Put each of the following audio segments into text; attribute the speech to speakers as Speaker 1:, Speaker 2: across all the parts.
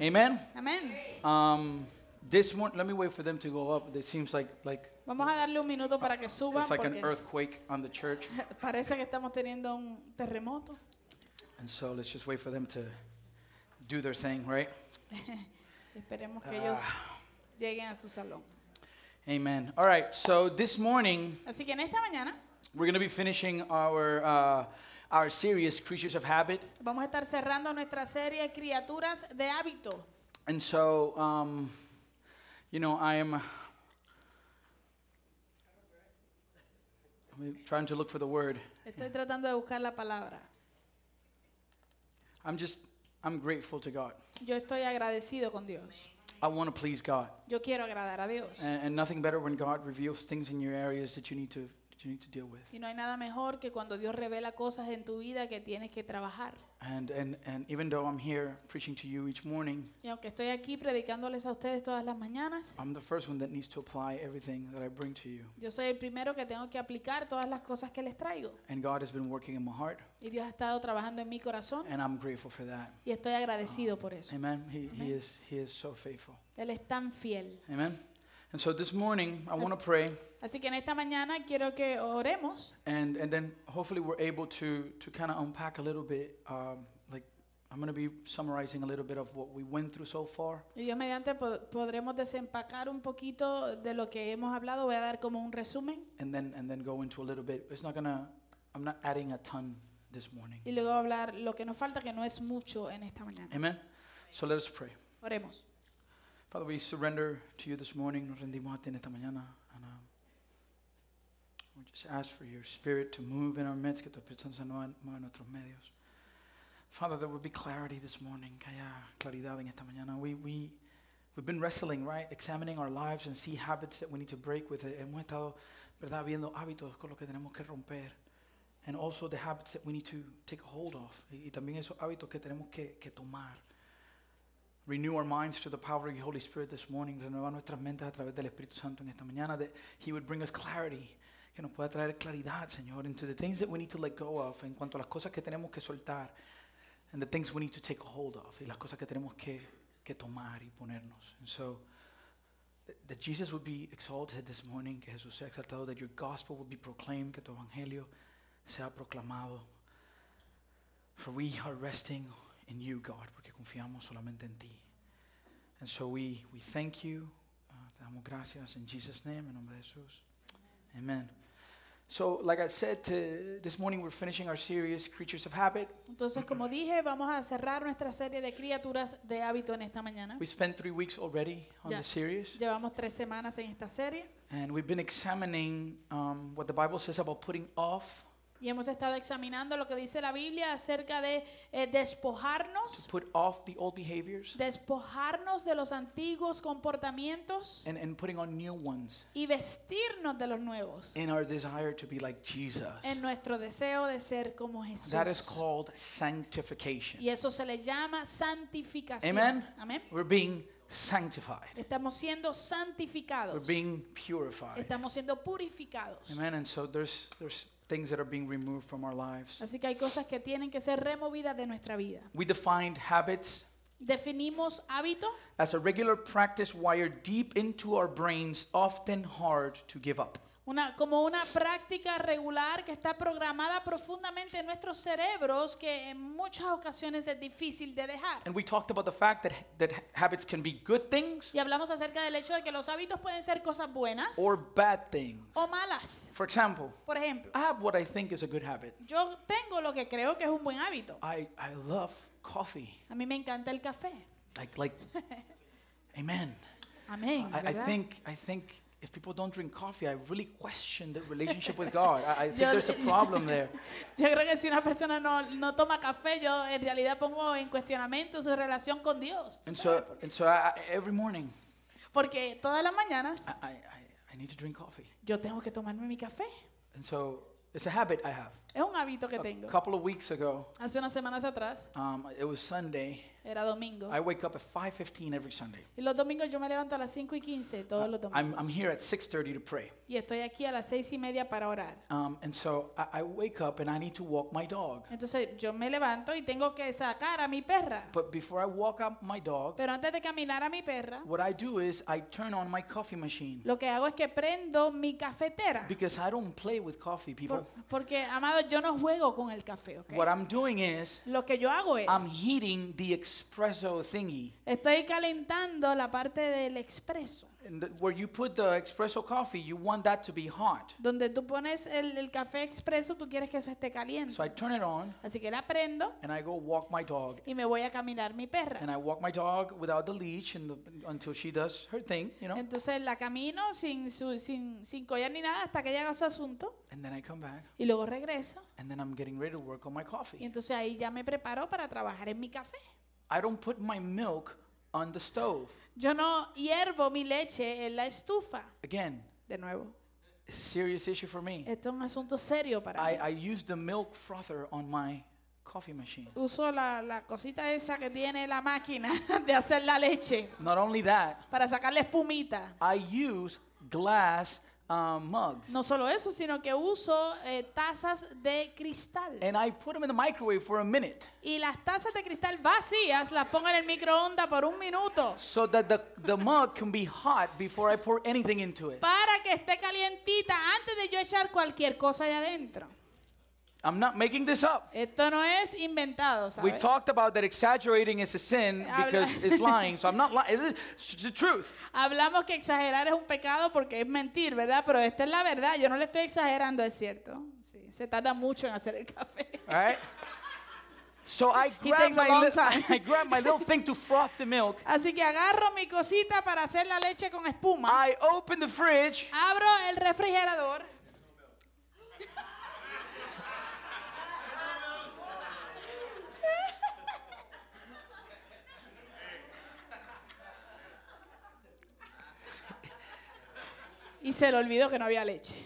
Speaker 1: Amen.
Speaker 2: Amén.
Speaker 1: Um, this one, let me wait for them to go up. It seems like like
Speaker 2: Vamos a darle un minuto para que suban
Speaker 1: it's like an
Speaker 2: porque
Speaker 1: earthquake on the church,
Speaker 2: parece que estamos teniendo un terremoto.
Speaker 1: and so let's just wait for them to do their thing, right?
Speaker 2: Esperemos que ellos
Speaker 1: Ah.
Speaker 2: lleguen a su salón.
Speaker 1: Amen. All right. So this morning
Speaker 2: Así que en esta mañana
Speaker 1: we're gonna be finishing our uh, our series, Creatures of Habit,
Speaker 2: vamos a estar cerrando nuestra serie Criaturas de Hábito.
Speaker 1: and so um, you know I am. I'm trying to look for the word.
Speaker 2: Estoy tratando de buscar la palabra.
Speaker 1: I'm just I'm grateful to God.
Speaker 2: Yo estoy agradecido con Dios.
Speaker 1: I want to please God.
Speaker 2: Yo quiero agradar a Dios.
Speaker 1: And, and nothing better when God reveals things in your areas that you need to that you need to deal with.
Speaker 2: Y no hay nada mejor que cuando Dios revela cosas en tu vida que tienes que trabajar.
Speaker 1: And and and even though I'm here preaching to you each morning,
Speaker 2: Y aunque estoy aquí predicándoles a ustedes todas las mañanas,
Speaker 1: I'm the first one that needs to apply everything that I bring to you.
Speaker 2: yo soy el primero que tengo que aplicar todas las cosas que les traigo.
Speaker 1: And God has been working in my heart,
Speaker 2: Y Dios ha estado trabajando en mi corazón
Speaker 1: and I'm grateful for that.
Speaker 2: y estoy agradecido por eso.
Speaker 1: Amen. He he is he is so faithful.
Speaker 2: Él es tan fiel.
Speaker 1: Amen. And so this morning I want to pray
Speaker 2: Así que en esta mañana quiero que oremos
Speaker 1: and and then hopefully we're able to to kind of unpack a little bit um, like I'm going to be summarizing a little bit of what we went through so far.
Speaker 2: y Dios mediante po- podremos desempacar un poquito de lo que hemos hablado. Voy a dar como un resumen
Speaker 1: and then and then go into a little bit. It's not gonna. I'm not adding a ton this morning.
Speaker 2: y luego hablar lo que nos falta, que no es mucho en esta mañana.
Speaker 1: Amen. So let us pray.
Speaker 2: Oremos.
Speaker 1: Father, we surrender to you this morning. Nos rendimos a ti en esta mañana. And, uh, we just ask for your spirit to move in our midst, que tu espíritu santo mueva mueva en nuestros medios. Father, there will be clarity this morning. Que haya claridad en esta mañana. We, we, we've been wrestling, right? Examining our lives and see habits that we need to break with. Hemos estado, ¿verdad? Viendo hábitos con los que tenemos que romper. And also the habits that we need to take hold of. Y, y también esos hábitos que tenemos que, que tomar. Renew our minds to the power of your Holy Spirit this morning. Renueva nuestras mentes a través del Espíritu Santo en esta mañana. That He would bring us clarity. Que nos pueda traer claridad, Señor, into the things that we need to let go of. En cuanto a las cosas que tenemos que soltar. And the things we need to take hold of. Y las cosas que tenemos que, que tomar y ponernos. And so, th- that Jesus would be exalted this morning. Que Jesús sea exaltado. That your gospel would be proclaimed. Que tu evangelio sea proclamado. For we are resting in you, God, porque confiamos solamente en ti. And so we, we thank you. Uh, te damos gracias in Jesus' name, en nombre de Jesús. Amen. So, like I said, to, this morning we're finishing our series, Creatures of Habit.
Speaker 2: Entonces, como dije, vamos a cerrar nuestra serie de criaturas de hábito en esta mañana.
Speaker 1: We spent three weeks already on
Speaker 2: Ya.
Speaker 1: the series,
Speaker 2: Llevamos tres semanas en esta serie
Speaker 1: and we've been examining um, what the Bible says about putting off,
Speaker 2: y hemos estado examinando lo que dice la Biblia acerca de eh, despojarnos
Speaker 1: to put off the old behaviors
Speaker 2: despojarnos de los antiguos comportamientos
Speaker 1: and, and putting on new ones
Speaker 2: y vestirnos de los nuevos
Speaker 1: in our desire to be like Jesus.
Speaker 2: en nuestro deseo de ser como Jesús.
Speaker 1: That is called sanctification.
Speaker 2: Y eso se le llama santificación.
Speaker 1: Amen.
Speaker 2: Amén.
Speaker 1: We're being sanctified.
Speaker 2: Estamos siendo
Speaker 1: We're
Speaker 2: santificados.
Speaker 1: being purified.
Speaker 2: Estamos siendo purificados.
Speaker 1: Amen. And so there's there's things that are being removed from our lives.
Speaker 2: Así que hay cosas que tienen que ser removidas de nuestra vida.
Speaker 1: We defined habits
Speaker 2: Definimos hábito
Speaker 1: as a regular practice wired deep into our brains, often hard to give up.
Speaker 2: una, como una práctica regular que está programada profundamente en nuestros cerebros que en muchas ocasiones es difícil de dejar.
Speaker 1: And we talked about the fact that that habits can be good things
Speaker 2: Y hablamos acerca del hecho de que los hábitos pueden ser cosas buenas
Speaker 1: or bad things.
Speaker 2: o malas.
Speaker 1: For example,
Speaker 2: Por ejemplo,
Speaker 1: I have what I think is a good habit.
Speaker 2: yo tengo lo que creo que es un buen hábito.
Speaker 1: I I love coffee.
Speaker 2: A mí me encanta el café.
Speaker 1: Like like Amen.
Speaker 2: Amén.
Speaker 1: I, I
Speaker 2: ¿verdad?
Speaker 1: think I think if people don't drink coffee, I really question the relationship with God. I, I think
Speaker 2: Yo-
Speaker 1: there's a problem there.
Speaker 2: Yo creo que si una persona no, no toma café, yo en realidad pongo en cuestionamiento su relación con Dios.
Speaker 1: And so and so I, I- every morning
Speaker 2: Porque todas las mañanas
Speaker 1: I, I, I- I need to drink coffee.
Speaker 2: yo tengo que tomarme mi café.
Speaker 1: And so it's a habit I have.
Speaker 2: Es un hábito que
Speaker 1: A
Speaker 2: tengo.
Speaker 1: couple of weeks ago,
Speaker 2: Hace unas semanas atrás,
Speaker 1: um, it was Sunday,
Speaker 2: Era domingo.
Speaker 1: I wake up at 5:15 every Sunday.
Speaker 2: Y los domingos yo me levanto a las 5 y 15 todos los
Speaker 1: I'm, I'm
Speaker 2: domingos.
Speaker 1: here at 6:30 to pray.
Speaker 2: Y estoy aquí a las 6 y media para orar.
Speaker 1: Um, and so I, I wake up and I need to walk my dog.
Speaker 2: Entonces yo me levanto y tengo que sacar a mi perra.
Speaker 1: But before I walk out my dog,
Speaker 2: Pero antes de caminar a mi perra,
Speaker 1: what I do is I turn on my coffee machine
Speaker 2: lo que hago es que prendo mi cafetera.
Speaker 1: because I don't play with coffee, people.
Speaker 2: Por- porque, amado, yo no juego con el café, ¿ok?
Speaker 1: What I'm doing is
Speaker 2: Lo que yo hago es,
Speaker 1: I'm heating the espresso thingy
Speaker 2: estoy calentando la parte del expreso,
Speaker 1: and th- where you put the espresso coffee. You want that to be hot,
Speaker 2: donde tú pones el, el café expreso, tú quieres que eso esté caliente.
Speaker 1: so I turn it on
Speaker 2: Así que la prendo
Speaker 1: and I go walk my dog.
Speaker 2: y me voy a caminar mi perra.
Speaker 1: And I walk my dog without the leash and the, until she does her thing, you know.
Speaker 2: Entonces la camino sin, su- sin, sin collar ni nada hasta que ella haga su asunto
Speaker 1: And then I come back
Speaker 2: y luego regreso.
Speaker 1: and then I'm getting ready to work on my
Speaker 2: Y
Speaker 1: coffee.
Speaker 2: entonces ahí ya me preparo para trabajar en mi café.
Speaker 1: I don't put my milk on the stove.
Speaker 2: Yo no hiervo mi leche en la estufa.
Speaker 1: Again,
Speaker 2: De nuevo,
Speaker 1: it's a serious issue for me.
Speaker 2: esto es un asunto serio para
Speaker 1: I,
Speaker 2: mí.
Speaker 1: I use the milk frother on my coffee machine.
Speaker 2: Uso la, la cosita esa que tiene la máquina de hacer la leche
Speaker 1: Not only that,
Speaker 2: para sacar la espumita.
Speaker 1: I use glass um, mugs.
Speaker 2: No solo eso, sino que uso eh, tazas de cristal.
Speaker 1: And I put them in the microwave for a minute
Speaker 2: Y las tazas de cristal vacías las pongo en el microondas por un minuto
Speaker 1: so that the, the mug can be hot before I pour anything into it.
Speaker 2: para que esté calientita antes de yo echar cualquier cosa allá adentro.
Speaker 1: I'm not making this up.
Speaker 2: Esto no es inventado,
Speaker 1: We
Speaker 2: ¿sabes?
Speaker 1: talked about that exaggerating is a sin
Speaker 2: Habla-
Speaker 1: because it's lying. So I'm not lying. It's the truth.
Speaker 2: Hablamos que exagerar es un pecado porque es mentir, ¿verdad? Pero esta es la verdad. Yo no le estoy exagerando, es cierto. Sí, se tarda mucho en hacer el café.
Speaker 1: All right? So I
Speaker 2: He
Speaker 1: grab,
Speaker 2: takes a
Speaker 1: my
Speaker 2: long
Speaker 1: li-
Speaker 2: time.
Speaker 1: I grab my little thing to froth the milk.
Speaker 2: Así que agarro mi cosita para hacer la leche con espuma.
Speaker 1: I open the fridge.
Speaker 2: Abro el refrigerador. Y se le olvidó que no había leche.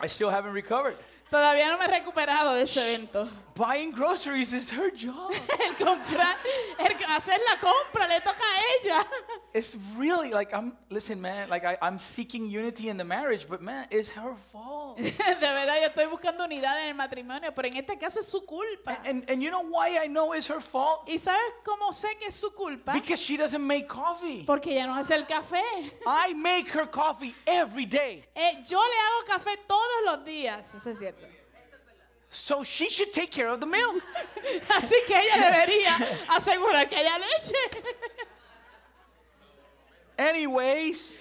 Speaker 1: I still haven't recovered.
Speaker 2: Todavía no me he recuperado de ese evento.
Speaker 1: Buying groceries is her job.
Speaker 2: El comprar, el hacer la compra le toca a ella.
Speaker 1: it's really like I'm listen, man, like I, I'm seeking unity in the marriage, but man, it's her fault. And-
Speaker 2: De verdad, yo estoy buscando unidad en el matrimonio, pero en este caso es su culpa.
Speaker 1: and and you know why I know it's her fault?
Speaker 2: ¿Y sabes cómo sé que es su culpa?
Speaker 1: Because she doesn't make coffee.
Speaker 2: Porque ella no hace el café.
Speaker 1: I make her coffee every day.
Speaker 2: Eh, yo le hago café todos los días, eso es cierto.
Speaker 1: So she should take care of the milk.
Speaker 2: Así que ella debería asegurar que haya leche.
Speaker 1: Anyways,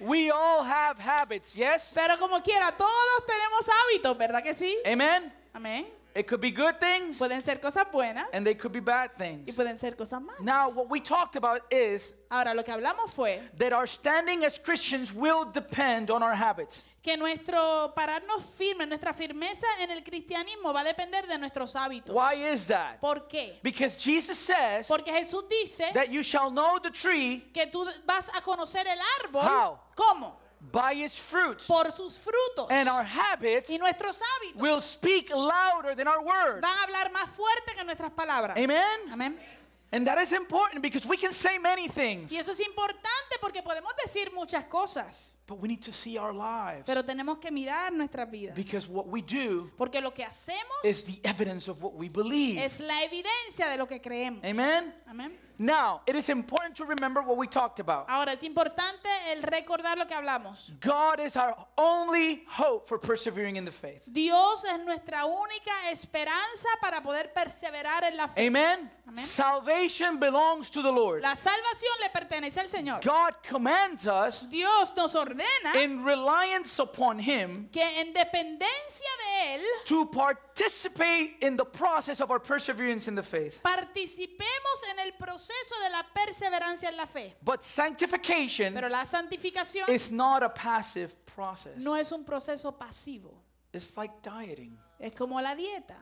Speaker 1: we all have habits, yes?
Speaker 2: Pero como quiera, todos tenemos hábitos, ¿verdad que sí?
Speaker 1: Amen?
Speaker 2: Amén.
Speaker 1: It could be good things
Speaker 2: Pueden ser cosas buenas
Speaker 1: and they could be bad
Speaker 2: y
Speaker 1: things.
Speaker 2: pueden ser cosas malas.
Speaker 1: Now, what we talked about is
Speaker 2: Ahora, lo que hablamos fue
Speaker 1: that our standing as Christians will depend on our habits.
Speaker 2: que nuestro pararnos firme, nuestra firmeza en el cristianismo va a depender de nuestros hábitos.
Speaker 1: Why is that?
Speaker 2: ¿Por qué?
Speaker 1: Because Jesus says
Speaker 2: Porque Jesús dice
Speaker 1: that you shall know the tree
Speaker 2: que tú vas a conocer el árbol.
Speaker 1: How?
Speaker 2: ¿Cómo?
Speaker 1: by its fruits,
Speaker 2: Por sus frutos.
Speaker 1: and our habits
Speaker 2: y nuestros hábitos
Speaker 1: will speak louder than our words.
Speaker 2: van a hablar más fuerte que nuestras palabras.
Speaker 1: Amen?
Speaker 2: Amén.
Speaker 1: And that is important because we can say many things,
Speaker 2: Y eso es importante porque podemos decir muchas cosas,
Speaker 1: but we need to see our lives
Speaker 2: pero tenemos que mirar nuestras vidas.
Speaker 1: because what we do
Speaker 2: Porque lo que hacemos
Speaker 1: is the evidence of what we believe.
Speaker 2: es la evidencia de lo que creemos.
Speaker 1: Amen?
Speaker 2: Amén.
Speaker 1: Now, it is important to remember what we talked about.
Speaker 2: Ahora es importante el recordar lo que hablamos.
Speaker 1: God is our only hope for persevering in the faith.
Speaker 2: Dios es nuestra única esperanza para poder perseverar en la fe.
Speaker 1: Amen?
Speaker 2: Amen.
Speaker 1: Salvation belongs to the Lord.
Speaker 2: La salvación le pertenece al Señor.
Speaker 1: God commands us
Speaker 2: Dios nos ordena
Speaker 1: in reliance upon Him
Speaker 2: que en dependencia de Él
Speaker 1: to participate in the process of our perseverance in the faith.
Speaker 2: participemos en el proceso de la perseverancia en la fe.
Speaker 1: But sanctification
Speaker 2: Pero la santificación
Speaker 1: is not a passive process,
Speaker 2: no es un proceso pasivo.
Speaker 1: it's like dieting.
Speaker 2: Es como la dieta.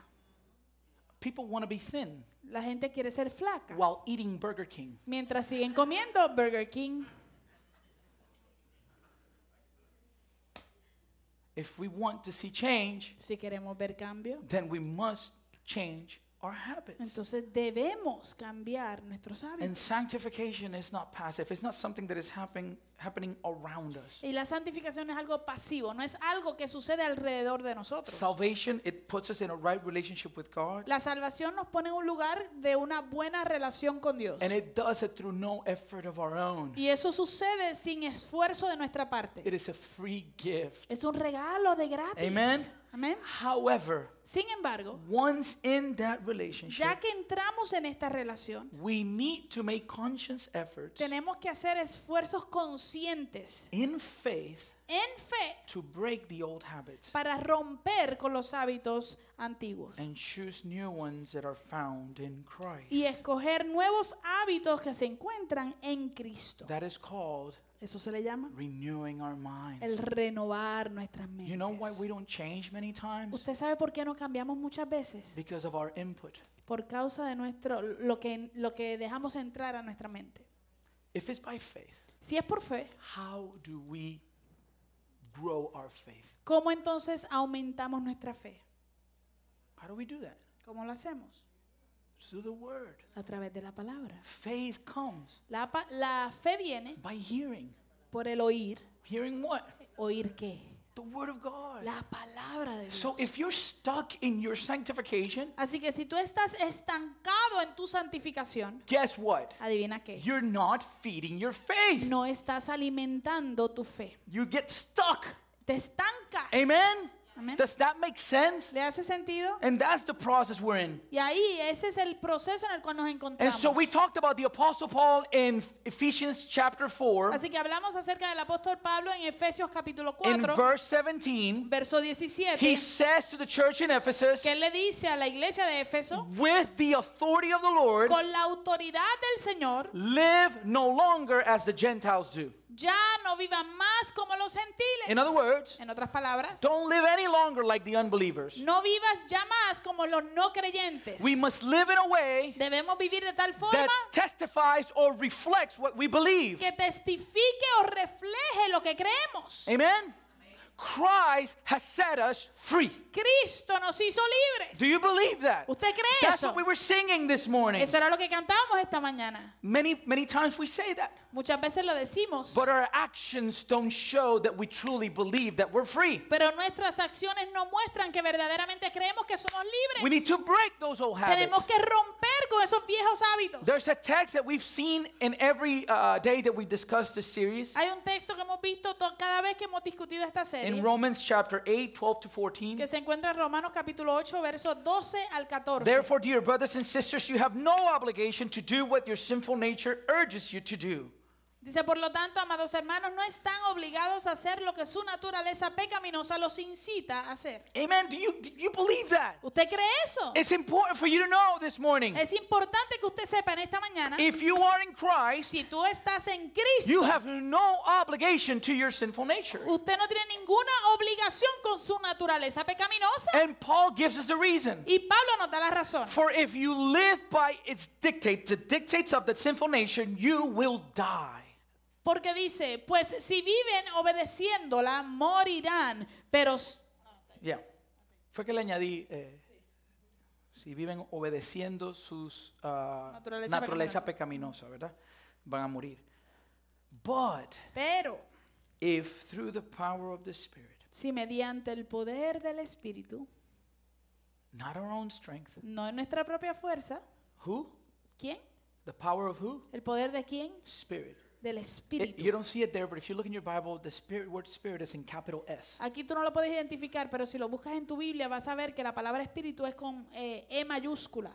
Speaker 1: People want to be thin
Speaker 2: La gente quiere ser flaca
Speaker 1: while eating Burger King.
Speaker 2: mientras siguen comiendo Burger King.
Speaker 1: If we want to see change,
Speaker 2: Si queremos ver cambio,
Speaker 1: then we must change our habits.
Speaker 2: entonces debemos cambiar nuestros
Speaker 1: And
Speaker 2: hábitos.
Speaker 1: sanctification is not passive. It's not something that is happening happening around us.
Speaker 2: Y la santificación es algo pasivo, no es algo que sucede alrededor de nosotros.
Speaker 1: Salvation it puts us in a right relationship with God,
Speaker 2: La salvación nos pone en un lugar de una buena relación con Dios.
Speaker 1: and it does it through no effort of our own.
Speaker 2: Y eso sucede sin esfuerzo de nuestra parte.
Speaker 1: It is a free gift.
Speaker 2: Es un regalo de gratis.
Speaker 1: Amen.
Speaker 2: Amén.
Speaker 1: However,
Speaker 2: Sin embargo,
Speaker 1: once in that relationship,
Speaker 2: ya que entramos en esta relación,
Speaker 1: we need to make conscious efforts
Speaker 2: tenemos que hacer esfuerzos conscientes
Speaker 1: in faith
Speaker 2: en fe
Speaker 1: to break the old habits
Speaker 2: para romper con los hábitos antiguos
Speaker 1: and choose new ones that are found
Speaker 2: y
Speaker 1: in Christ.
Speaker 2: escoger nuevos hábitos que se encuentran en Cristo.
Speaker 1: That is called
Speaker 2: Eso se le llama
Speaker 1: renewing our minds.
Speaker 2: el renovar nuestras
Speaker 1: You know why
Speaker 2: mentes.
Speaker 1: we don't change many times?
Speaker 2: Usted sabe por qué no cambiamos muchas veces
Speaker 1: Because of our input.
Speaker 2: por causa de nuestro lo que lo que dejamos entrar a nuestra mente.
Speaker 1: If it's by faith,
Speaker 2: Si es por fe,
Speaker 1: how do we grow our faith?
Speaker 2: ¿cómo entonces aumentamos nuestra fe?
Speaker 1: How do we do that?
Speaker 2: ¿Cómo lo hacemos?
Speaker 1: Through the word.
Speaker 2: A través de la palabra.
Speaker 1: Faith comes
Speaker 2: La, pa- la fe viene
Speaker 1: by hearing.
Speaker 2: por el oír.
Speaker 1: Hearing what?
Speaker 2: ¿Oír qué?
Speaker 1: The word of God.
Speaker 2: La palabra de Dios.
Speaker 1: So if you're stuck in your sanctification,
Speaker 2: Así que si tú estás estancado en tu santificación,
Speaker 1: guess what?
Speaker 2: adivina qué.
Speaker 1: You're not feeding your faith.
Speaker 2: No estás alimentando tu fe.
Speaker 1: You get stuck.
Speaker 2: Te estancas.
Speaker 1: Amen?
Speaker 2: Amén.
Speaker 1: Does that make sense?
Speaker 2: ¿Le hace sentido?
Speaker 1: And that's the process we're in.
Speaker 2: Y ahí ese es el proceso en el cual nos
Speaker 1: And
Speaker 2: encontramos.
Speaker 1: so we talked about the Apostle Paul in Ephesians chapter 4,
Speaker 2: Así que hablamos acerca del apóstol Pablo en Efesios capítulo
Speaker 1: in
Speaker 2: 4,
Speaker 1: verse 17.
Speaker 2: verso 17,
Speaker 1: He says to the church in Ephesus,
Speaker 2: que él le dice a la iglesia de Éfeso,
Speaker 1: with the authority of the Lord,
Speaker 2: con la autoridad del Señor,
Speaker 1: live no longer as the Gentiles do.
Speaker 2: ya no vivan más como los gentiles.
Speaker 1: In other words,
Speaker 2: en otras palabras,
Speaker 1: don't live any longer like the unbelievers.
Speaker 2: no vivas ya más como los no creyentes.
Speaker 1: We must live in a way
Speaker 2: Debemos vivir de tal forma
Speaker 1: that testifies or reflects what we believe.
Speaker 2: que testifique o refleje lo que creemos.
Speaker 1: Amen? Christ has set us free.
Speaker 2: Cristo nos hizo libres.
Speaker 1: Do you believe that?
Speaker 2: ¿Usted cree
Speaker 1: That's
Speaker 2: eso?
Speaker 1: what we were singing this morning.
Speaker 2: Eso era lo que cantábamos esta mañana.
Speaker 1: Many, many times we say that,
Speaker 2: Muchas veces lo decimos,
Speaker 1: but our actions don't show that we truly believe that we're free.
Speaker 2: pero nuestras acciones no muestran que verdaderamente creemos que somos
Speaker 1: We need
Speaker 2: libres.
Speaker 1: to break those old habits.
Speaker 2: Tenemos que romper con esos viejos hábitos.
Speaker 1: There's a text that we've seen in every uh, day that we discuss this series
Speaker 2: Hay un texto que hemos visto to- cada vez que hemos discutido esta
Speaker 1: in
Speaker 2: serie,
Speaker 1: Romans chapter 8, 12 to 14.
Speaker 2: que se encuentra en Romanos capítulo 8, versos 12 al 14.
Speaker 1: Therefore, dear brothers and sisters, you have no obligation to do what your sinful nature urges you to do.
Speaker 2: Dice, por lo tanto, amados hermanos, no están obligados a hacer lo que su naturaleza pecaminosa los incita a hacer.
Speaker 1: Amen. Do you, do you believe that?
Speaker 2: ¿Usted cree eso?
Speaker 1: It's important for you to know this morning.
Speaker 2: Es importante que usted sepa en esta mañana,
Speaker 1: If you are in Christ,
Speaker 2: si tú estás en Cristo,
Speaker 1: you have no obligation to your sinful nature.
Speaker 2: Usted no tiene ninguna obligación con su naturaleza pecaminosa.
Speaker 1: And Paul gives us a reason.
Speaker 2: Y Pablo nos da la razón.
Speaker 1: For if you live by its dictates, the dictates of the sinful nature, you will die.
Speaker 2: Porque dice, pues si viven obedeciéndola, morirán. Pero s-
Speaker 1: Ya. Fue que le añadí, eh, si viven obedeciendo sus ah,
Speaker 2: Naturaleza
Speaker 1: naturaleza, pecaminosa, ¿verdad? Van a morir. But
Speaker 2: pero
Speaker 1: if through the power of the Spirit,
Speaker 2: si mediante el poder del Espíritu,
Speaker 1: not our own strength,
Speaker 2: no en nuestra propia fuerza,
Speaker 1: who?
Speaker 2: ¿quién?
Speaker 1: The power of who?
Speaker 2: ¿El poder de quién?
Speaker 1: Spirit.
Speaker 2: Del
Speaker 1: It- you
Speaker 2: Espíritu.
Speaker 1: don't see it there, but if you look in your Bible, the spirit word spirit is in capital S.
Speaker 2: Aquí tú no lo puedes identificar, pero si lo buscas en tu Biblia vas a ver que la palabra espíritu es con eh, E mayúscula.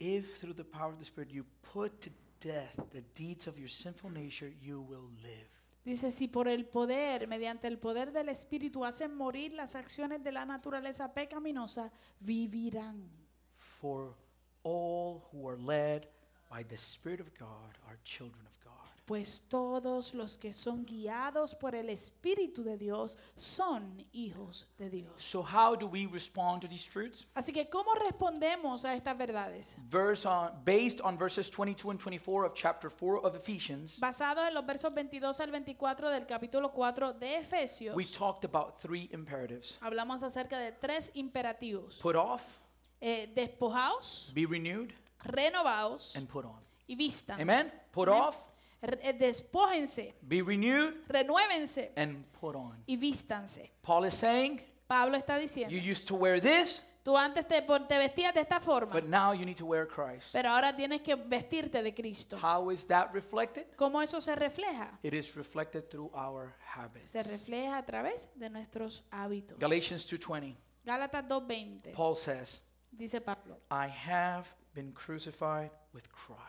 Speaker 1: If through the power of the Spirit you put to death the deeds of your sinful nature, you will live.
Speaker 2: Dice, si por el poder, mediante el poder del Espíritu, hacen morir las acciones de la naturaleza pecaminosa, vivirán.
Speaker 1: For all who are led by the Spirit of God are children of God.
Speaker 2: Pues todos los que son guiados por el Espíritu de Dios son hijos de Dios.
Speaker 1: So, how do we respond to these truths?
Speaker 2: Así que, ¿cómo respondemos a estas verdades?
Speaker 1: Verse on, based on verses 22 and 24 of chapter 4 of Ephesians,
Speaker 2: Basados en los versos 22 al 24 del capítulo 4 de
Speaker 1: we
Speaker 2: Efesios,
Speaker 1: talked about three imperatives
Speaker 2: hablamos acerca de tres imperativos.
Speaker 1: put off,
Speaker 2: Eh, despojaos,
Speaker 1: be renewed,
Speaker 2: renovaos
Speaker 1: and put on.
Speaker 2: y vistan.
Speaker 1: Amen? Put
Speaker 2: Amen.
Speaker 1: off,
Speaker 2: Re- eh, despójense,
Speaker 1: be renewed,
Speaker 2: renuévense
Speaker 1: and put on.
Speaker 2: y vístanse.
Speaker 1: Paul is saying,
Speaker 2: Pablo está
Speaker 1: you
Speaker 2: diciendo,
Speaker 1: used to wear this,
Speaker 2: tú antes te, pon- te vestías de esta forma,
Speaker 1: but now you need to wear Christ.
Speaker 2: pero ahora tienes que vestirte de Cristo.
Speaker 1: How is that reflected?
Speaker 2: ¿Cómo eso se refleja?
Speaker 1: It is reflected through our habits.
Speaker 2: Se refleja a través de nuestros hábitos.
Speaker 1: Galatians 2:20.
Speaker 2: Gálatas 2.20,
Speaker 1: Paul says,
Speaker 2: dice Pablo,
Speaker 1: I have been crucified with Christ.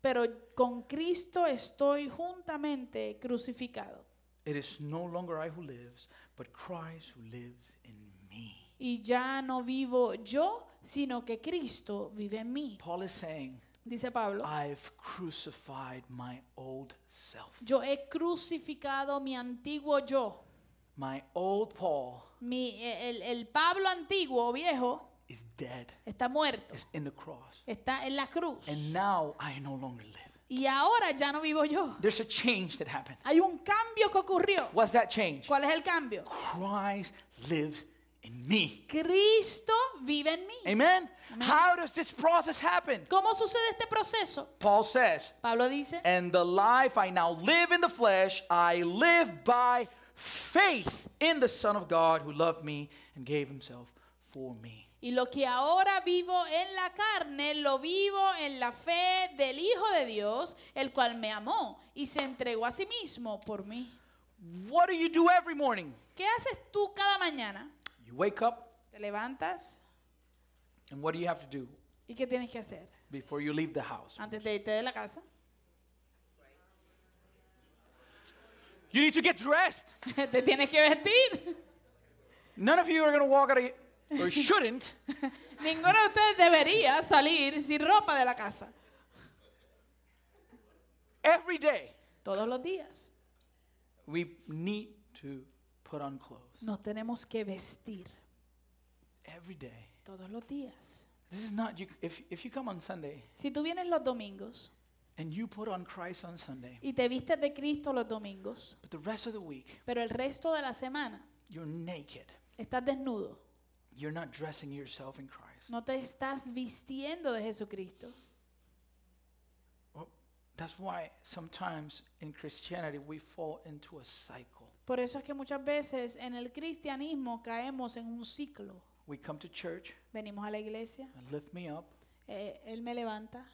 Speaker 2: pero con Cristo estoy juntamente crucificado.
Speaker 1: It is no longer I who lives, but Christ who lives in me.
Speaker 2: Y ya no vivo yo, sino que Cristo vive en mí.
Speaker 1: Paul is saying,
Speaker 2: Dice Pablo,
Speaker 1: I've crucified my old self.
Speaker 2: yo he crucificado mi antiguo yo.
Speaker 1: My old Paul
Speaker 2: Mi, eh, el, el Pablo antiguo o viejo
Speaker 1: is dead,
Speaker 2: está muerto,
Speaker 1: is in the cross.
Speaker 2: está en la cruz.
Speaker 1: And now I no longer live.
Speaker 2: Y ahora ya no vivo yo.
Speaker 1: There's a change that happened.
Speaker 2: Hay un cambio que ocurrió.
Speaker 1: What's that change?
Speaker 2: ¿Cuál es el cambio?
Speaker 1: Christ lives in me.
Speaker 2: Cristo vive en mí.
Speaker 1: Amen? How does this process happen?
Speaker 2: ¿Cómo sucede este proceso?
Speaker 1: Paul says,
Speaker 2: Pablo dice,
Speaker 1: And the life I now live in the flesh, I live by faith in the Son of God who loved me and gave himself for me.
Speaker 2: y lo que ahora vivo en la carne, lo vivo en la fe del Hijo de Dios, el cual me amó y se entregó a sí mismo por mí.
Speaker 1: What do you do every morning?
Speaker 2: ¿Qué haces tú cada mañana?
Speaker 1: You wake up,
Speaker 2: Te levantas
Speaker 1: and what do you have to do
Speaker 2: y ¿qué tienes que hacer?
Speaker 1: before you leave the house?
Speaker 2: Antes de irte de la casa,
Speaker 1: You need to get dressed.
Speaker 2: te tienes que vestir.
Speaker 1: None of you are going to walk out of or shouldn't
Speaker 2: Ninguno de ustedes debería salir sin ropa de la casa.
Speaker 1: every day.
Speaker 2: Todos los días
Speaker 1: We need to put on clothes
Speaker 2: nos tenemos que vestir.
Speaker 1: every day.
Speaker 2: Todos los días.
Speaker 1: This is not you if if you come on Sunday
Speaker 2: Si tú vienes los domingos
Speaker 1: and you put on Christ on Sunday,
Speaker 2: y te vistes de Cristo los domingos,
Speaker 1: but the rest of the week
Speaker 2: pero el resto de la semana
Speaker 1: you're naked.
Speaker 2: estás desnudo,
Speaker 1: You're not dressing yourself in Christ.
Speaker 2: no te estás vistiendo de Jesucristo.
Speaker 1: Well, That's why sometimes in Christianity we fall into a cycle.
Speaker 2: Por eso es que muchas veces en el cristianismo caemos en un ciclo.
Speaker 1: We come to church,
Speaker 2: Venimos a la iglesia,
Speaker 1: lift me up.
Speaker 2: eh, Él me levanta,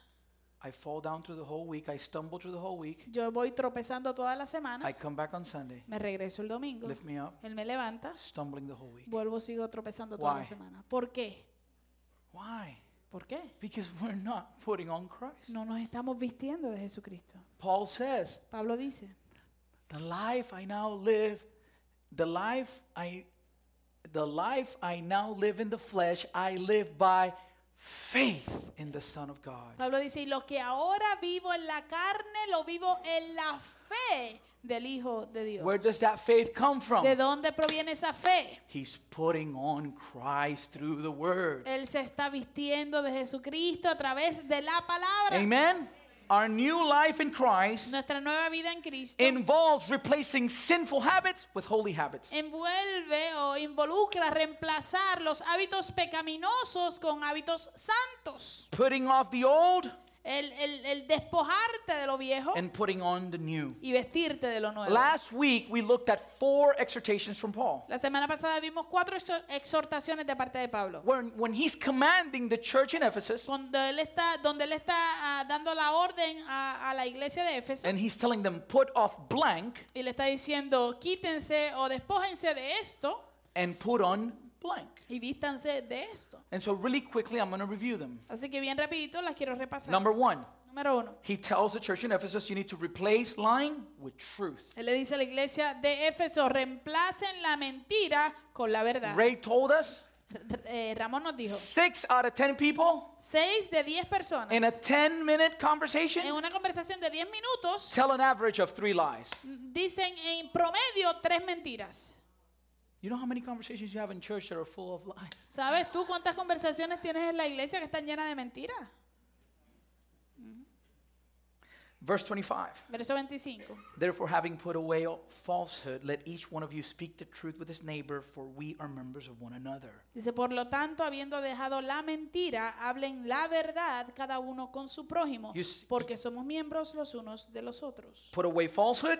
Speaker 1: I fall down through the whole week. I stumble through the whole week.
Speaker 2: yo voy tropezando toda la semana,
Speaker 1: I come back on Sunday,
Speaker 2: me regreso el domingo,
Speaker 1: lift me up,
Speaker 2: Él me levanta,
Speaker 1: stumbling the whole week.
Speaker 2: vuelvo, sigo tropezando toda la
Speaker 1: Why?
Speaker 2: semana. ¿Por qué?
Speaker 1: Why?
Speaker 2: ¿Por qué?
Speaker 1: Because we're not putting on Christ.
Speaker 2: No nos estamos vistiendo de Jesucristo.
Speaker 1: Paul says,
Speaker 2: Pablo dice,
Speaker 1: "The life I now live, the life I the life I now live in the flesh, I live by faith in the Son of God."
Speaker 2: Pablo dice, y lo que ahora vivo en la carne, lo vivo en la fe del Hijo de Dios.
Speaker 1: Where does that faith come from?
Speaker 2: ¿De dónde proviene esa fe?
Speaker 1: He's putting on Christ through the word.
Speaker 2: Él se está vistiendo de Jesucristo a través de la palabra.
Speaker 1: Amen. Our new life in Christ
Speaker 2: Nuestra nueva vida en Cristo
Speaker 1: involves replacing sinful habits with holy habits.
Speaker 2: envuelve o involucra reemplazar los hábitos pecaminosos con hábitos santos.
Speaker 1: Putting off the old
Speaker 2: El, el- el despojarte de lo viejo
Speaker 1: and putting on the new.
Speaker 2: y vestirte de lo nuevo.
Speaker 1: Last week we looked at four exhortations from Paul.
Speaker 2: La semana pasada vimos cuatro exhor- exhortaciones de parte de Pablo.
Speaker 1: When, when he's commanding the church in Ephesus
Speaker 2: cuando él está donde él está ah, dando la orden a, a la iglesia de Éfeso
Speaker 1: and he's telling them put off blank
Speaker 2: y le está diciendo quítense o despójense de esto
Speaker 1: and put on blank.
Speaker 2: y vístanse de esto
Speaker 1: And so really quickly I'm going to review them.
Speaker 2: así que bien rapidito las quiero repasar
Speaker 1: Number 1,
Speaker 2: número uno
Speaker 1: He tells the church in Ephesus, you need to replace lying with truth.
Speaker 2: él le dice a la iglesia de Éfeso reemplacen la mentira con la verdad
Speaker 1: Ray told us
Speaker 2: R- eh, Ramón nos dijo,
Speaker 1: Six out of 10 people
Speaker 2: seis de 10 personas
Speaker 1: in a 10 minute conversation
Speaker 2: en una conversación de 10 minutos
Speaker 1: tell an average of three lies.
Speaker 2: dicen en promedio tres mentiras.
Speaker 1: You know how many conversations you have in church that are full of lies?
Speaker 2: ¿Sabes tú cuántas conversaciones tienes en la iglesia que están llenas de mentiras?
Speaker 1: Verse 25.
Speaker 2: Verso 25.
Speaker 1: Therefore, having put away all falsehood, let each one of you speak the truth with his neighbor, for we are members of one another.
Speaker 2: Dice, por lo tanto, habiendo dejado la mentira, hablen la verdad cada uno con su prójimo,
Speaker 1: You s-
Speaker 2: porque somos miembros los unos de los otros.
Speaker 1: Put away falsehood,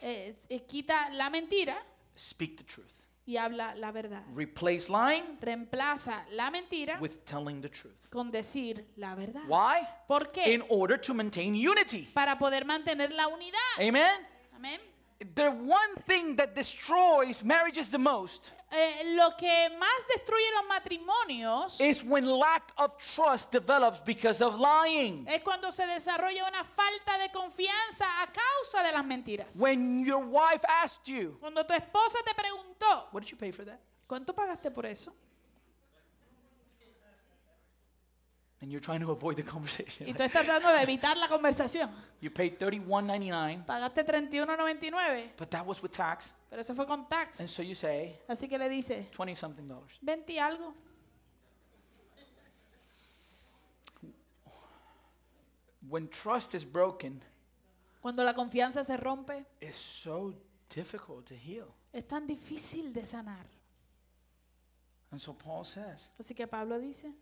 Speaker 2: Eh, eh, quita la mentira
Speaker 1: speak the truth.
Speaker 2: y habla la verdad.
Speaker 1: Replace lying
Speaker 2: Reemplaza la mentira
Speaker 1: with telling the truth.
Speaker 2: con decir la verdad.
Speaker 1: Why?
Speaker 2: ¿Por qué?
Speaker 1: In order to maintain unity.
Speaker 2: Para poder mantener la unidad.
Speaker 1: Amen?
Speaker 2: Amén.
Speaker 1: The one thing that destroys marriages the most
Speaker 2: Eh, lo que más destruye los matrimonios
Speaker 1: is when lack of trust develops because of lying.
Speaker 2: es cuando se desarrolla una falta de confianza a causa de las mentiras.
Speaker 1: When your wife asked you,
Speaker 2: Cuando tu esposa te preguntó,
Speaker 1: What did you pay for that?
Speaker 2: ¿cuánto pagaste por eso?
Speaker 1: And you're trying to avoid the conversation.
Speaker 2: Y tú estás tratando de evitar la conversación.
Speaker 1: You paid $31.99,
Speaker 2: Pagaste 31.99,
Speaker 1: but that was with tax.
Speaker 2: pero eso fue con
Speaker 1: And
Speaker 2: tax.
Speaker 1: so you say,
Speaker 2: Así que le dices,
Speaker 1: 20 something dollars.
Speaker 2: 20 y algo.
Speaker 1: When trust is broken,
Speaker 2: Cuando la confianza se rompe,
Speaker 1: it's so difficult to heal.
Speaker 2: es tan difícil de sanar.
Speaker 1: And so Paul says,
Speaker 2: Así que Pablo dice,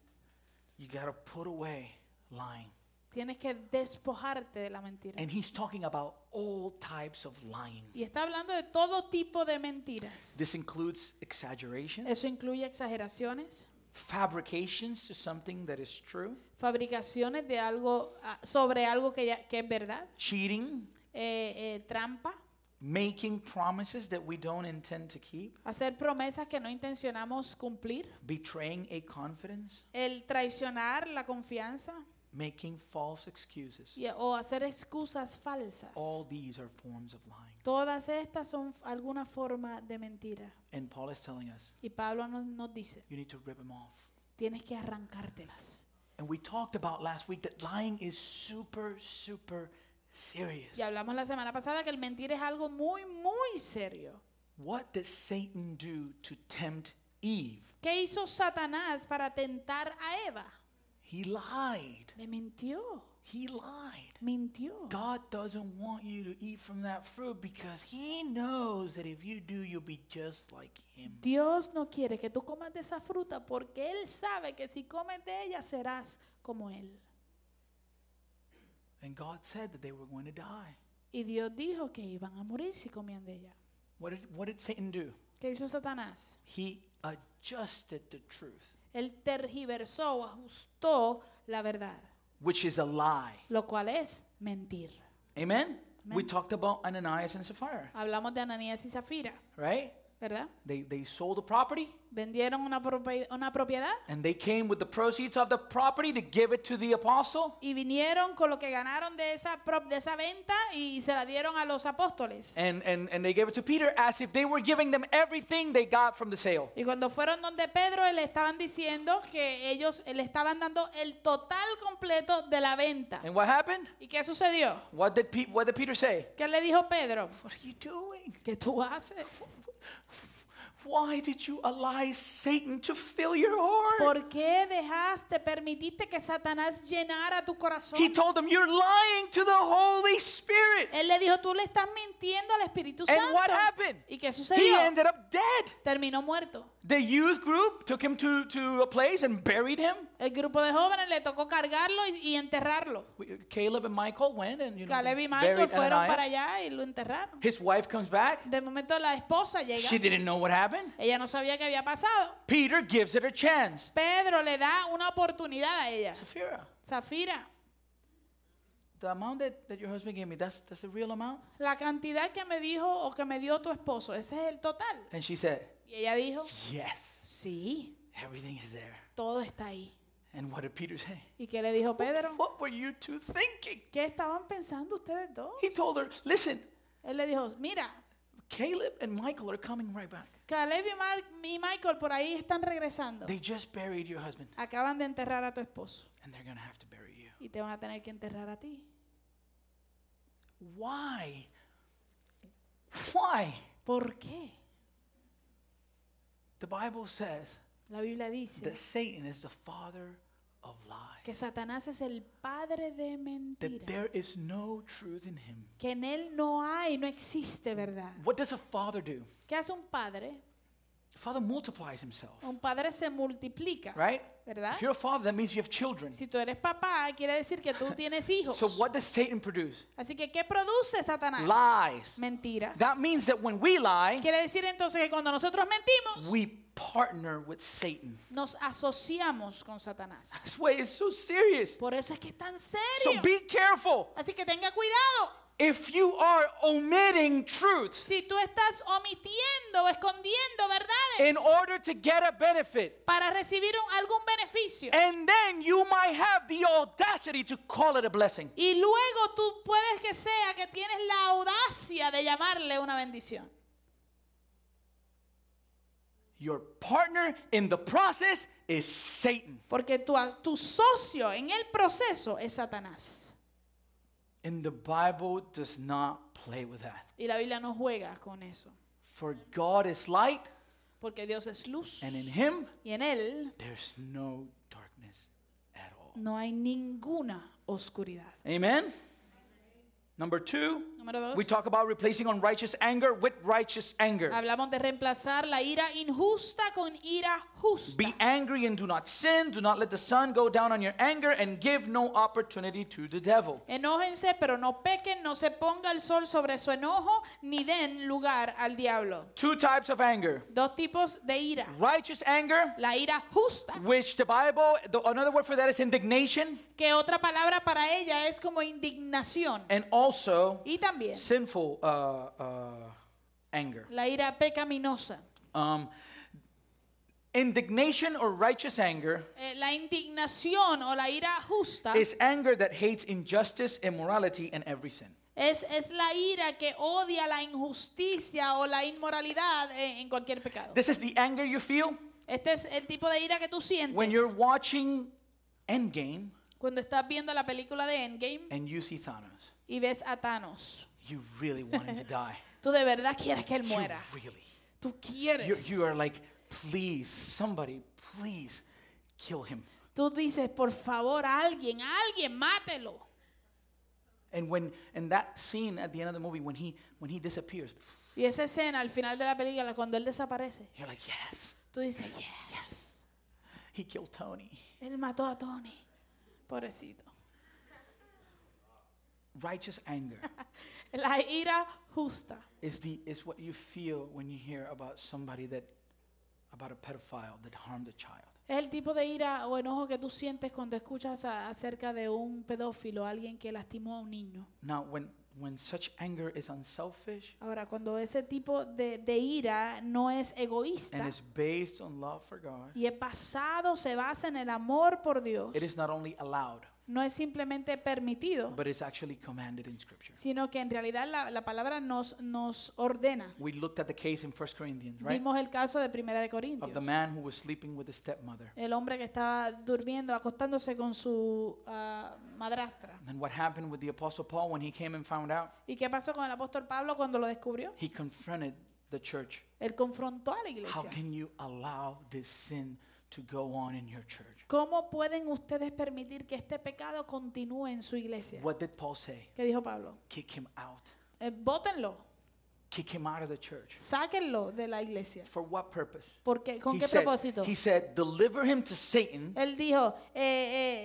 Speaker 1: you got to put away lying.
Speaker 2: tienes que despojarte de la mentira.
Speaker 1: And he's talking about all types of lying.
Speaker 2: Y está hablando de todo tipo de mentiras.
Speaker 1: This includes exaggeration,
Speaker 2: Eso incluye exageraciones,
Speaker 1: fabrications to something that is true,
Speaker 2: fabricaciones de algo ah, sobre algo que, ya- que es verdad,
Speaker 1: cheating,
Speaker 2: eh, eh, trampa,
Speaker 1: making promises that we don't intend to keep,
Speaker 2: hacer promesas que no intencionamos cumplir,
Speaker 1: betraying a confidence,
Speaker 2: el traicionar la confianza
Speaker 1: making false excuses.
Speaker 2: y- o hacer excusas falsas.
Speaker 1: All these are forms of lying.
Speaker 2: Todas estas son f- alguna forma de mentira.
Speaker 1: And Paul is telling us,
Speaker 2: Y Pablo nos, nos dice,
Speaker 1: you need to rip them off.
Speaker 2: tienes que arrancártelas.
Speaker 1: And we talked about last week that lying is super, super serious.
Speaker 2: Y hablamos la semana pasada que el mentir es algo muy, muy serio.
Speaker 1: What did Satan do to tempt Eve?
Speaker 2: ¿Qué hizo Satanás para tentar a Eva?
Speaker 1: He lied.
Speaker 2: Le mintió,
Speaker 1: He lied.
Speaker 2: mintió.
Speaker 1: God doesn't want you to eat from that fruit because he knows that if you do, you'll be just like him.
Speaker 2: Dios no quiere que tú comas de esa fruta porque Él sabe que si comes de ella serás como Él.
Speaker 1: And God said that they were going to die.
Speaker 2: Y Dios dijo que iban a morir si comían de ella.
Speaker 1: What did, what did Satan do?
Speaker 2: ¿Qué hizo Satanás?
Speaker 1: He adjusted the truth,
Speaker 2: Él tergiversó o ajustó la verdad,
Speaker 1: which is a lie.
Speaker 2: lo cual es mentir.
Speaker 1: Amen? We
Speaker 2: Amen.
Speaker 1: talked about Ananias and Sapphira,
Speaker 2: Hablamos de Ananías y Zafira,
Speaker 1: right?
Speaker 2: ¿verdad?
Speaker 1: They, they sold the property
Speaker 2: Vendieron una, prope- una propiedad
Speaker 1: and they came with the proceeds of the property to give it to the apostle.
Speaker 2: y vinieron con lo que ganaron de esa, prop- de esa venta y se la dieron a los apóstoles.
Speaker 1: And, and, and they gave it to Peter as if they were giving them everything they got from the sale.
Speaker 2: Y cuando fueron donde Pedro le estaban diciendo que ellos le estaban dando el total completo de la venta.
Speaker 1: And what happened?
Speaker 2: ¿Y qué sucedió?
Speaker 1: What did, Pe- what did Peter say?
Speaker 2: ¿Qué le dijo Pedro?
Speaker 1: What are you doing?
Speaker 2: ¿Qué tú haces?
Speaker 1: Why did you allow Satan to fill your heart?
Speaker 2: ¿Por qué dejaste, permitiste que Satanás llenara tu corazón?
Speaker 1: He told them, You're lying to the Holy Spirit.
Speaker 2: Él le dijo, tú le estás mintiendo al Espíritu Santo.
Speaker 1: And what happened?
Speaker 2: ¿Y qué
Speaker 1: He
Speaker 2: sucedió?
Speaker 1: ended up dead.
Speaker 2: Terminó muerto.
Speaker 1: The youth group took him to, to a place and buried him.
Speaker 2: El grupo de jóvenes le tocó cargarlo y, y enterrarlo.
Speaker 1: We- Caleb and Michael went and you know,
Speaker 2: Caleb y Michael
Speaker 1: buried
Speaker 2: fueron
Speaker 1: Ananias.
Speaker 2: para allá y lo enterraron.
Speaker 1: His wife comes back.
Speaker 2: De momento la esposa llega.
Speaker 1: She didn't know what happened.
Speaker 2: Ella no sabía qué había pasado.
Speaker 1: Peter gives it a chance.
Speaker 2: Pedro le da una oportunidad a ella.
Speaker 1: Sapphira,
Speaker 2: Zafira,
Speaker 1: the amount that, that your husband gave me, that's, that's the real amount?
Speaker 2: la cantidad que me dijo o que me dio tu esposo, ese es el total.
Speaker 1: And she said,
Speaker 2: Y ella dijo,
Speaker 1: Yes,
Speaker 2: sí,
Speaker 1: everything is there.
Speaker 2: todo está ahí.
Speaker 1: And what did Peter say?
Speaker 2: ¿Y qué le dijo Pedro?
Speaker 1: What were you two thinking?
Speaker 2: ¿Qué estaban pensando ustedes dos?
Speaker 1: He told her, Listen,
Speaker 2: Él le dijo, mira,
Speaker 1: Caleb and Michael are coming right back.
Speaker 2: Caleb y, Mar- y Michael por ahí están regresando.
Speaker 1: They just buried your husband,
Speaker 2: Acaban de enterrar a tu esposo
Speaker 1: and they're going to have to bury you.
Speaker 2: y te van a tener que enterrar a ti.
Speaker 1: Why? Why?
Speaker 2: ¿Por qué?
Speaker 1: The Bible says
Speaker 2: La Biblia dice
Speaker 1: that Satan is the father of lies,
Speaker 2: que Satanás es el padre de
Speaker 1: that
Speaker 2: mentira,
Speaker 1: there is no truth in him.
Speaker 2: que en él no hay, no existe verdad.
Speaker 1: What does a father do?
Speaker 2: ¿Qué hace un padre?
Speaker 1: A father multiplies himself,
Speaker 2: Un padre se multiplica,
Speaker 1: right?
Speaker 2: ¿verdad?
Speaker 1: If you're a father, that means you have children.
Speaker 2: Si tú eres papá, quiere decir que tú tienes hijos.
Speaker 1: So what does Satan produce?
Speaker 2: Así que, ¿qué produce Satanás?
Speaker 1: Lies.
Speaker 2: Mentiras.
Speaker 1: That means that when we lie,
Speaker 2: Quiere decir entonces que cuando nosotros mentimos,
Speaker 1: we partner with Satan.
Speaker 2: nos asociamos con Satanás.
Speaker 1: That's why it's so serious.
Speaker 2: Por eso es que es tan
Speaker 1: So
Speaker 2: serio.
Speaker 1: be careful.
Speaker 2: Así que tenga cuidado.
Speaker 1: If you are omitting truth
Speaker 2: Si tú estás omitiendo o escondiendo verdades
Speaker 1: in order to get a benefit,
Speaker 2: para recibir un- algún beneficio
Speaker 1: and then you might have the audacity to call it a blessing.
Speaker 2: y luego tú puedes que sea que tienes la audacia de llamarle una bendición.
Speaker 1: Your partner in the process is Satan.
Speaker 2: Porque tu, a- tu socio en el proceso es Satanás.
Speaker 1: And the Bible does not play with that.
Speaker 2: Y la Biblia no juega con eso.
Speaker 1: For God is light,
Speaker 2: Porque Dios es luz.
Speaker 1: and in him
Speaker 2: Y en Él
Speaker 1: there's no darkness at all.
Speaker 2: no hay ninguna oscuridad.
Speaker 1: Amen. Number two,
Speaker 2: Número dos.
Speaker 1: we talk about replacing unrighteous anger with righteous anger.
Speaker 2: Hablamos de reemplazar la ira injusta con ira justa.
Speaker 1: Be angry and do not sin. Do not let the sun go down on your anger and give no opportunity to the devil.
Speaker 2: Enójense, pero no pequen, no se ponga el sol sobre su enojo, ni den lugar al diablo.
Speaker 1: Two types of anger
Speaker 2: Dos tipos de ira.
Speaker 1: righteous anger
Speaker 2: La ira justa,
Speaker 1: which the Bible, the, another word for that is indignation,
Speaker 2: que otra palabra para ella es como indignación.
Speaker 1: and also
Speaker 2: Y también
Speaker 1: sinful uh, uh, anger.
Speaker 2: la ira pecaminosa.
Speaker 1: Um, indignation or righteous anger
Speaker 2: Eh, la indignación o la ira justa
Speaker 1: is anger that hates injustice, immorality, and every sin.
Speaker 2: es, es la ira que odia la injusticia o la inmoralidad eh, en cualquier pecado.
Speaker 1: This is the anger you feel
Speaker 2: Este es el tipo de ira que tú
Speaker 1: when you're
Speaker 2: sientes
Speaker 1: watching Endgame
Speaker 2: cuando estás viendo la película de Endgame
Speaker 1: and you see Thanos.
Speaker 2: y ves a Thanos.
Speaker 1: You really want him to die.
Speaker 2: Tú de verdad quieres que él
Speaker 1: You
Speaker 2: muera.
Speaker 1: really.
Speaker 2: Tú
Speaker 1: You,
Speaker 2: quieres.
Speaker 1: you are like, please, somebody, please kill him.
Speaker 2: Tú dices, por favor, alguien, alguien, mátelo.
Speaker 1: And when and that scene at the end of the movie when he when he disappears,
Speaker 2: Y esa escena al final de la película, cuando él desaparece,
Speaker 1: you're like, yes,
Speaker 2: tú dices, yes,
Speaker 1: he killed Tony.
Speaker 2: él mató a Tony. Pobrecito.
Speaker 1: Righteous anger
Speaker 2: La ira justa.
Speaker 1: is the is what you feel when you hear about somebody that about a pedophile that harmed a child.
Speaker 2: Es el tipo de ira o enojo que tú sientes cuando escuchas a- acerca de un pedófilo, alguien que lastimó a un niño.
Speaker 1: Now when when such anger is unselfish
Speaker 2: Ahora, cuando ese tipo de, de ira no es
Speaker 1: and
Speaker 2: egoísta
Speaker 1: is based on love for God,
Speaker 2: y es pasado, se basa en el amor por Dios,
Speaker 1: it is not only allowed,
Speaker 2: no es simplemente permitido,
Speaker 1: but it's actually commanded in scripture.
Speaker 2: sino que en realidad la, la palabra nos, nos ordena.
Speaker 1: We looked at the case in 1 Corinthians, right?
Speaker 2: Vimos el caso de Primera de
Speaker 1: Of the
Speaker 2: Corintios,
Speaker 1: man who was sleeping with his stepmother.
Speaker 2: el hombre que estaba durmiendo, acostándose con su ah, madrastra.
Speaker 1: And what happened with the apostle Paul when he came and found out?
Speaker 2: ¿Y qué pasó con el apóstol Pablo cuando lo descubrió?
Speaker 1: He confronted the church.
Speaker 2: Él confrontó a la
Speaker 1: How
Speaker 2: iglesia.
Speaker 1: can you allow this sin to go on in your church?
Speaker 2: ¿Cómo pueden ustedes permitir que este pecado continúe en su iglesia?
Speaker 1: What did Paul say?
Speaker 2: ¿Qué dijo Pablo?
Speaker 1: Kick him out.
Speaker 2: Eh, Bótenlo,
Speaker 1: Kick him out of the church.
Speaker 2: sáquenlo de la iglesia.
Speaker 1: For what purpose?
Speaker 2: ¿Por qué? ¿Con
Speaker 1: he,
Speaker 2: qué
Speaker 1: says-
Speaker 2: propósito?
Speaker 1: he said, deliver him to Satan
Speaker 2: Él dijo, eh,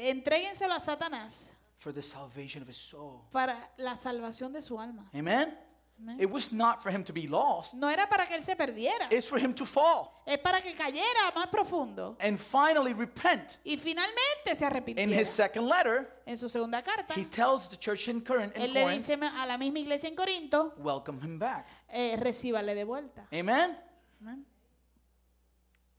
Speaker 2: eh, entréguenselo a Satanás
Speaker 1: for the salvation of his soul.
Speaker 2: para la salvación de su alma.
Speaker 1: Amen?
Speaker 2: Amen.
Speaker 1: It was not for him to be lost,
Speaker 2: No era para que él se perdiera,
Speaker 1: it's for him to fall
Speaker 2: es para que cayera más profundo
Speaker 1: and finally repent.
Speaker 2: y finalmente se
Speaker 1: In his
Speaker 2: arrepintiera.
Speaker 1: second letter,
Speaker 2: En su segunda carta,
Speaker 1: he tells the church in Corinth, in
Speaker 2: él le
Speaker 1: Corinth
Speaker 2: dice a la misma iglesia en Corinto,
Speaker 1: welcome him back.
Speaker 2: eh, recíbale de vuelta.
Speaker 1: Amen?
Speaker 2: Amén.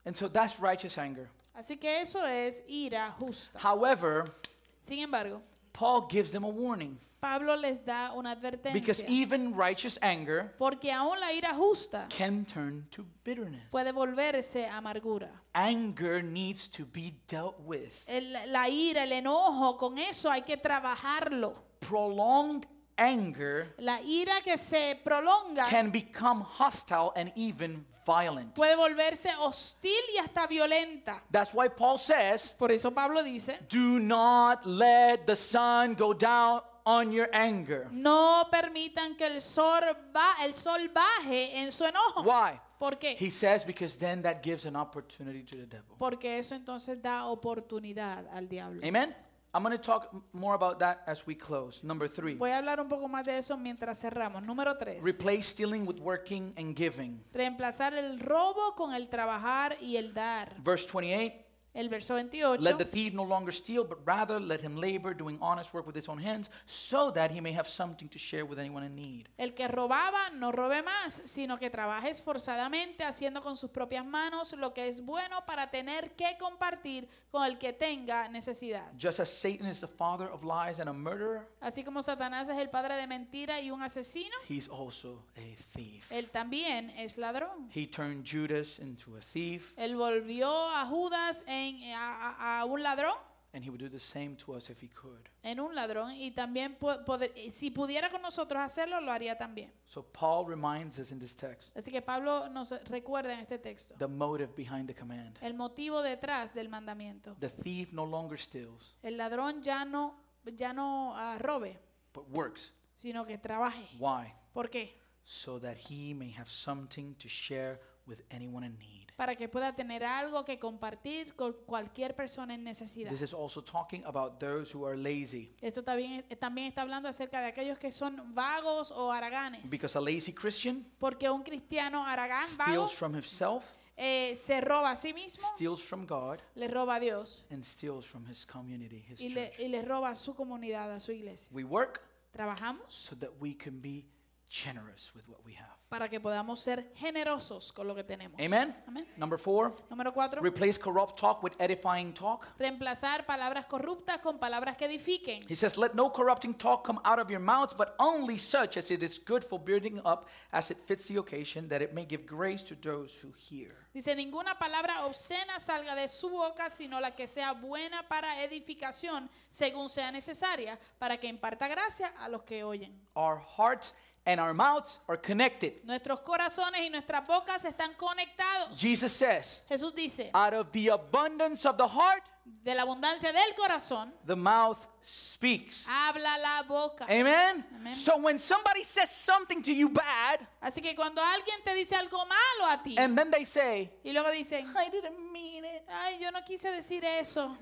Speaker 1: And so that's righteous anger.
Speaker 2: Así que eso es ira justa.
Speaker 1: However,
Speaker 2: Sin embargo,
Speaker 1: Paul gives them a warning
Speaker 2: Pablo les da una
Speaker 1: because
Speaker 2: advertencia.
Speaker 1: even righteous anger
Speaker 2: Porque aún la ira justa
Speaker 1: can turn to bitterness.
Speaker 2: puede volverse amargura.
Speaker 1: Anger needs to be dealt with.
Speaker 2: El- la ira, el enojo, con eso hay que trabajarlo.
Speaker 1: Prolonged anger
Speaker 2: La ira que se prolonga
Speaker 1: can become hostile and even violent.
Speaker 2: puede volverse hostil y hasta violenta.
Speaker 1: That's why Paul says,
Speaker 2: Por eso Pablo dice,
Speaker 1: Do not let the sun go down on your anger.
Speaker 2: no permitan que el sol, ba- el sol baje en su enojo.
Speaker 1: Why?
Speaker 2: ¿Por qué?
Speaker 1: He says, Because then that gives an opportunity to the devil.
Speaker 2: Porque eso entonces da oportunidad al diablo.
Speaker 1: Amen? I'm going to talk m- more about that as we close. Number three,
Speaker 2: Voy a hablar un poco más de eso mientras cerramos. Número 3.
Speaker 1: replace stealing with working and giving.
Speaker 2: Reemplazar el robo con el trabajar y el dar.
Speaker 1: Verse 28
Speaker 2: El verso 28.
Speaker 1: Let the thief no longer steal, but rather let him labor, doing honest work with his own hands, so that he may have something to share with anyone in need.
Speaker 2: El que robaba no robe más, sino que trabaje esforzadamente haciendo con sus propias manos lo que es bueno para tener que compartir con el que tenga necesidad.
Speaker 1: Just as Satan is the father of lies and a murderer,
Speaker 2: Así como Satanás es el padre de mentira y un asesino,
Speaker 1: he's also a thief.
Speaker 2: él también es ladrón.
Speaker 1: He turned Judas into a thief,
Speaker 2: Él volvió a Judas en, a, a- a un ladrón,
Speaker 1: and he would do the same to us if he could.
Speaker 2: en un ladrón, y también po- poder- si pudiera con nosotros hacerlo, lo haría también.
Speaker 1: So Paul reminds us in this text
Speaker 2: Así que Pablo nos recuerda en este texto
Speaker 1: the motive behind the command.
Speaker 2: el motivo detrás del mandamiento.
Speaker 1: The thief no longer steals,
Speaker 2: El ladrón ya no, ya no ah, robe,
Speaker 1: but works.
Speaker 2: sino que trabaje.
Speaker 1: Why?
Speaker 2: ¿Por qué?
Speaker 1: So that he may have something to share with anyone in need.
Speaker 2: Para que pueda tener algo que compartir con cualquier persona en necesidad.
Speaker 1: This is also talking about those who are lazy.
Speaker 2: Esto también, también está hablando acerca de aquellos que son vagos o haraganes.
Speaker 1: Because a lazy Christian
Speaker 2: Porque un cristiano haragán, vago,
Speaker 1: steals from himself,
Speaker 2: eh, se roba a sí mismo,
Speaker 1: steals from God,
Speaker 2: le roba a Dios
Speaker 1: and steals from his community, his
Speaker 2: y le,
Speaker 1: church.
Speaker 2: y le roba a su comunidad, a su iglesia.
Speaker 1: We work
Speaker 2: Trabajamos
Speaker 1: so that we can be generous with what we have.
Speaker 2: para que podamos ser generosos con lo que tenemos.
Speaker 1: Amen?
Speaker 2: Amén.
Speaker 1: Number four,
Speaker 2: Número cuatro.
Speaker 1: replace corrupt talk with edifying talk.
Speaker 2: Reemplazar palabras corruptas con palabras que edifiquen.
Speaker 1: He says, Let no corrupting talk come out of your mouths, but only such as it is good for building up as it fits the occasion, that it may give grace to those who hear.
Speaker 2: Dice, ninguna palabra obscena salga de su boca, sino la que sea buena para edificación, según sea necesaria, para que imparta gracia a los que oyen.
Speaker 1: Our hearts and our mouths are connected.
Speaker 2: Nuestros corazones y nuestras bocas están conectados.
Speaker 1: Jesus says,
Speaker 2: Jesús dice,
Speaker 1: Out of the abundance of the heart,
Speaker 2: de la abundancia del corazón,
Speaker 1: the mouth speaks.
Speaker 2: habla la boca.
Speaker 1: Amen?
Speaker 2: Amen.
Speaker 1: So when somebody says something to you bad,
Speaker 2: Así que cuando alguien te dice algo malo a ti,
Speaker 1: and then they say,
Speaker 2: y luego dicen,
Speaker 1: I didn't mean it,
Speaker 2: ay, yo no quise decir eso.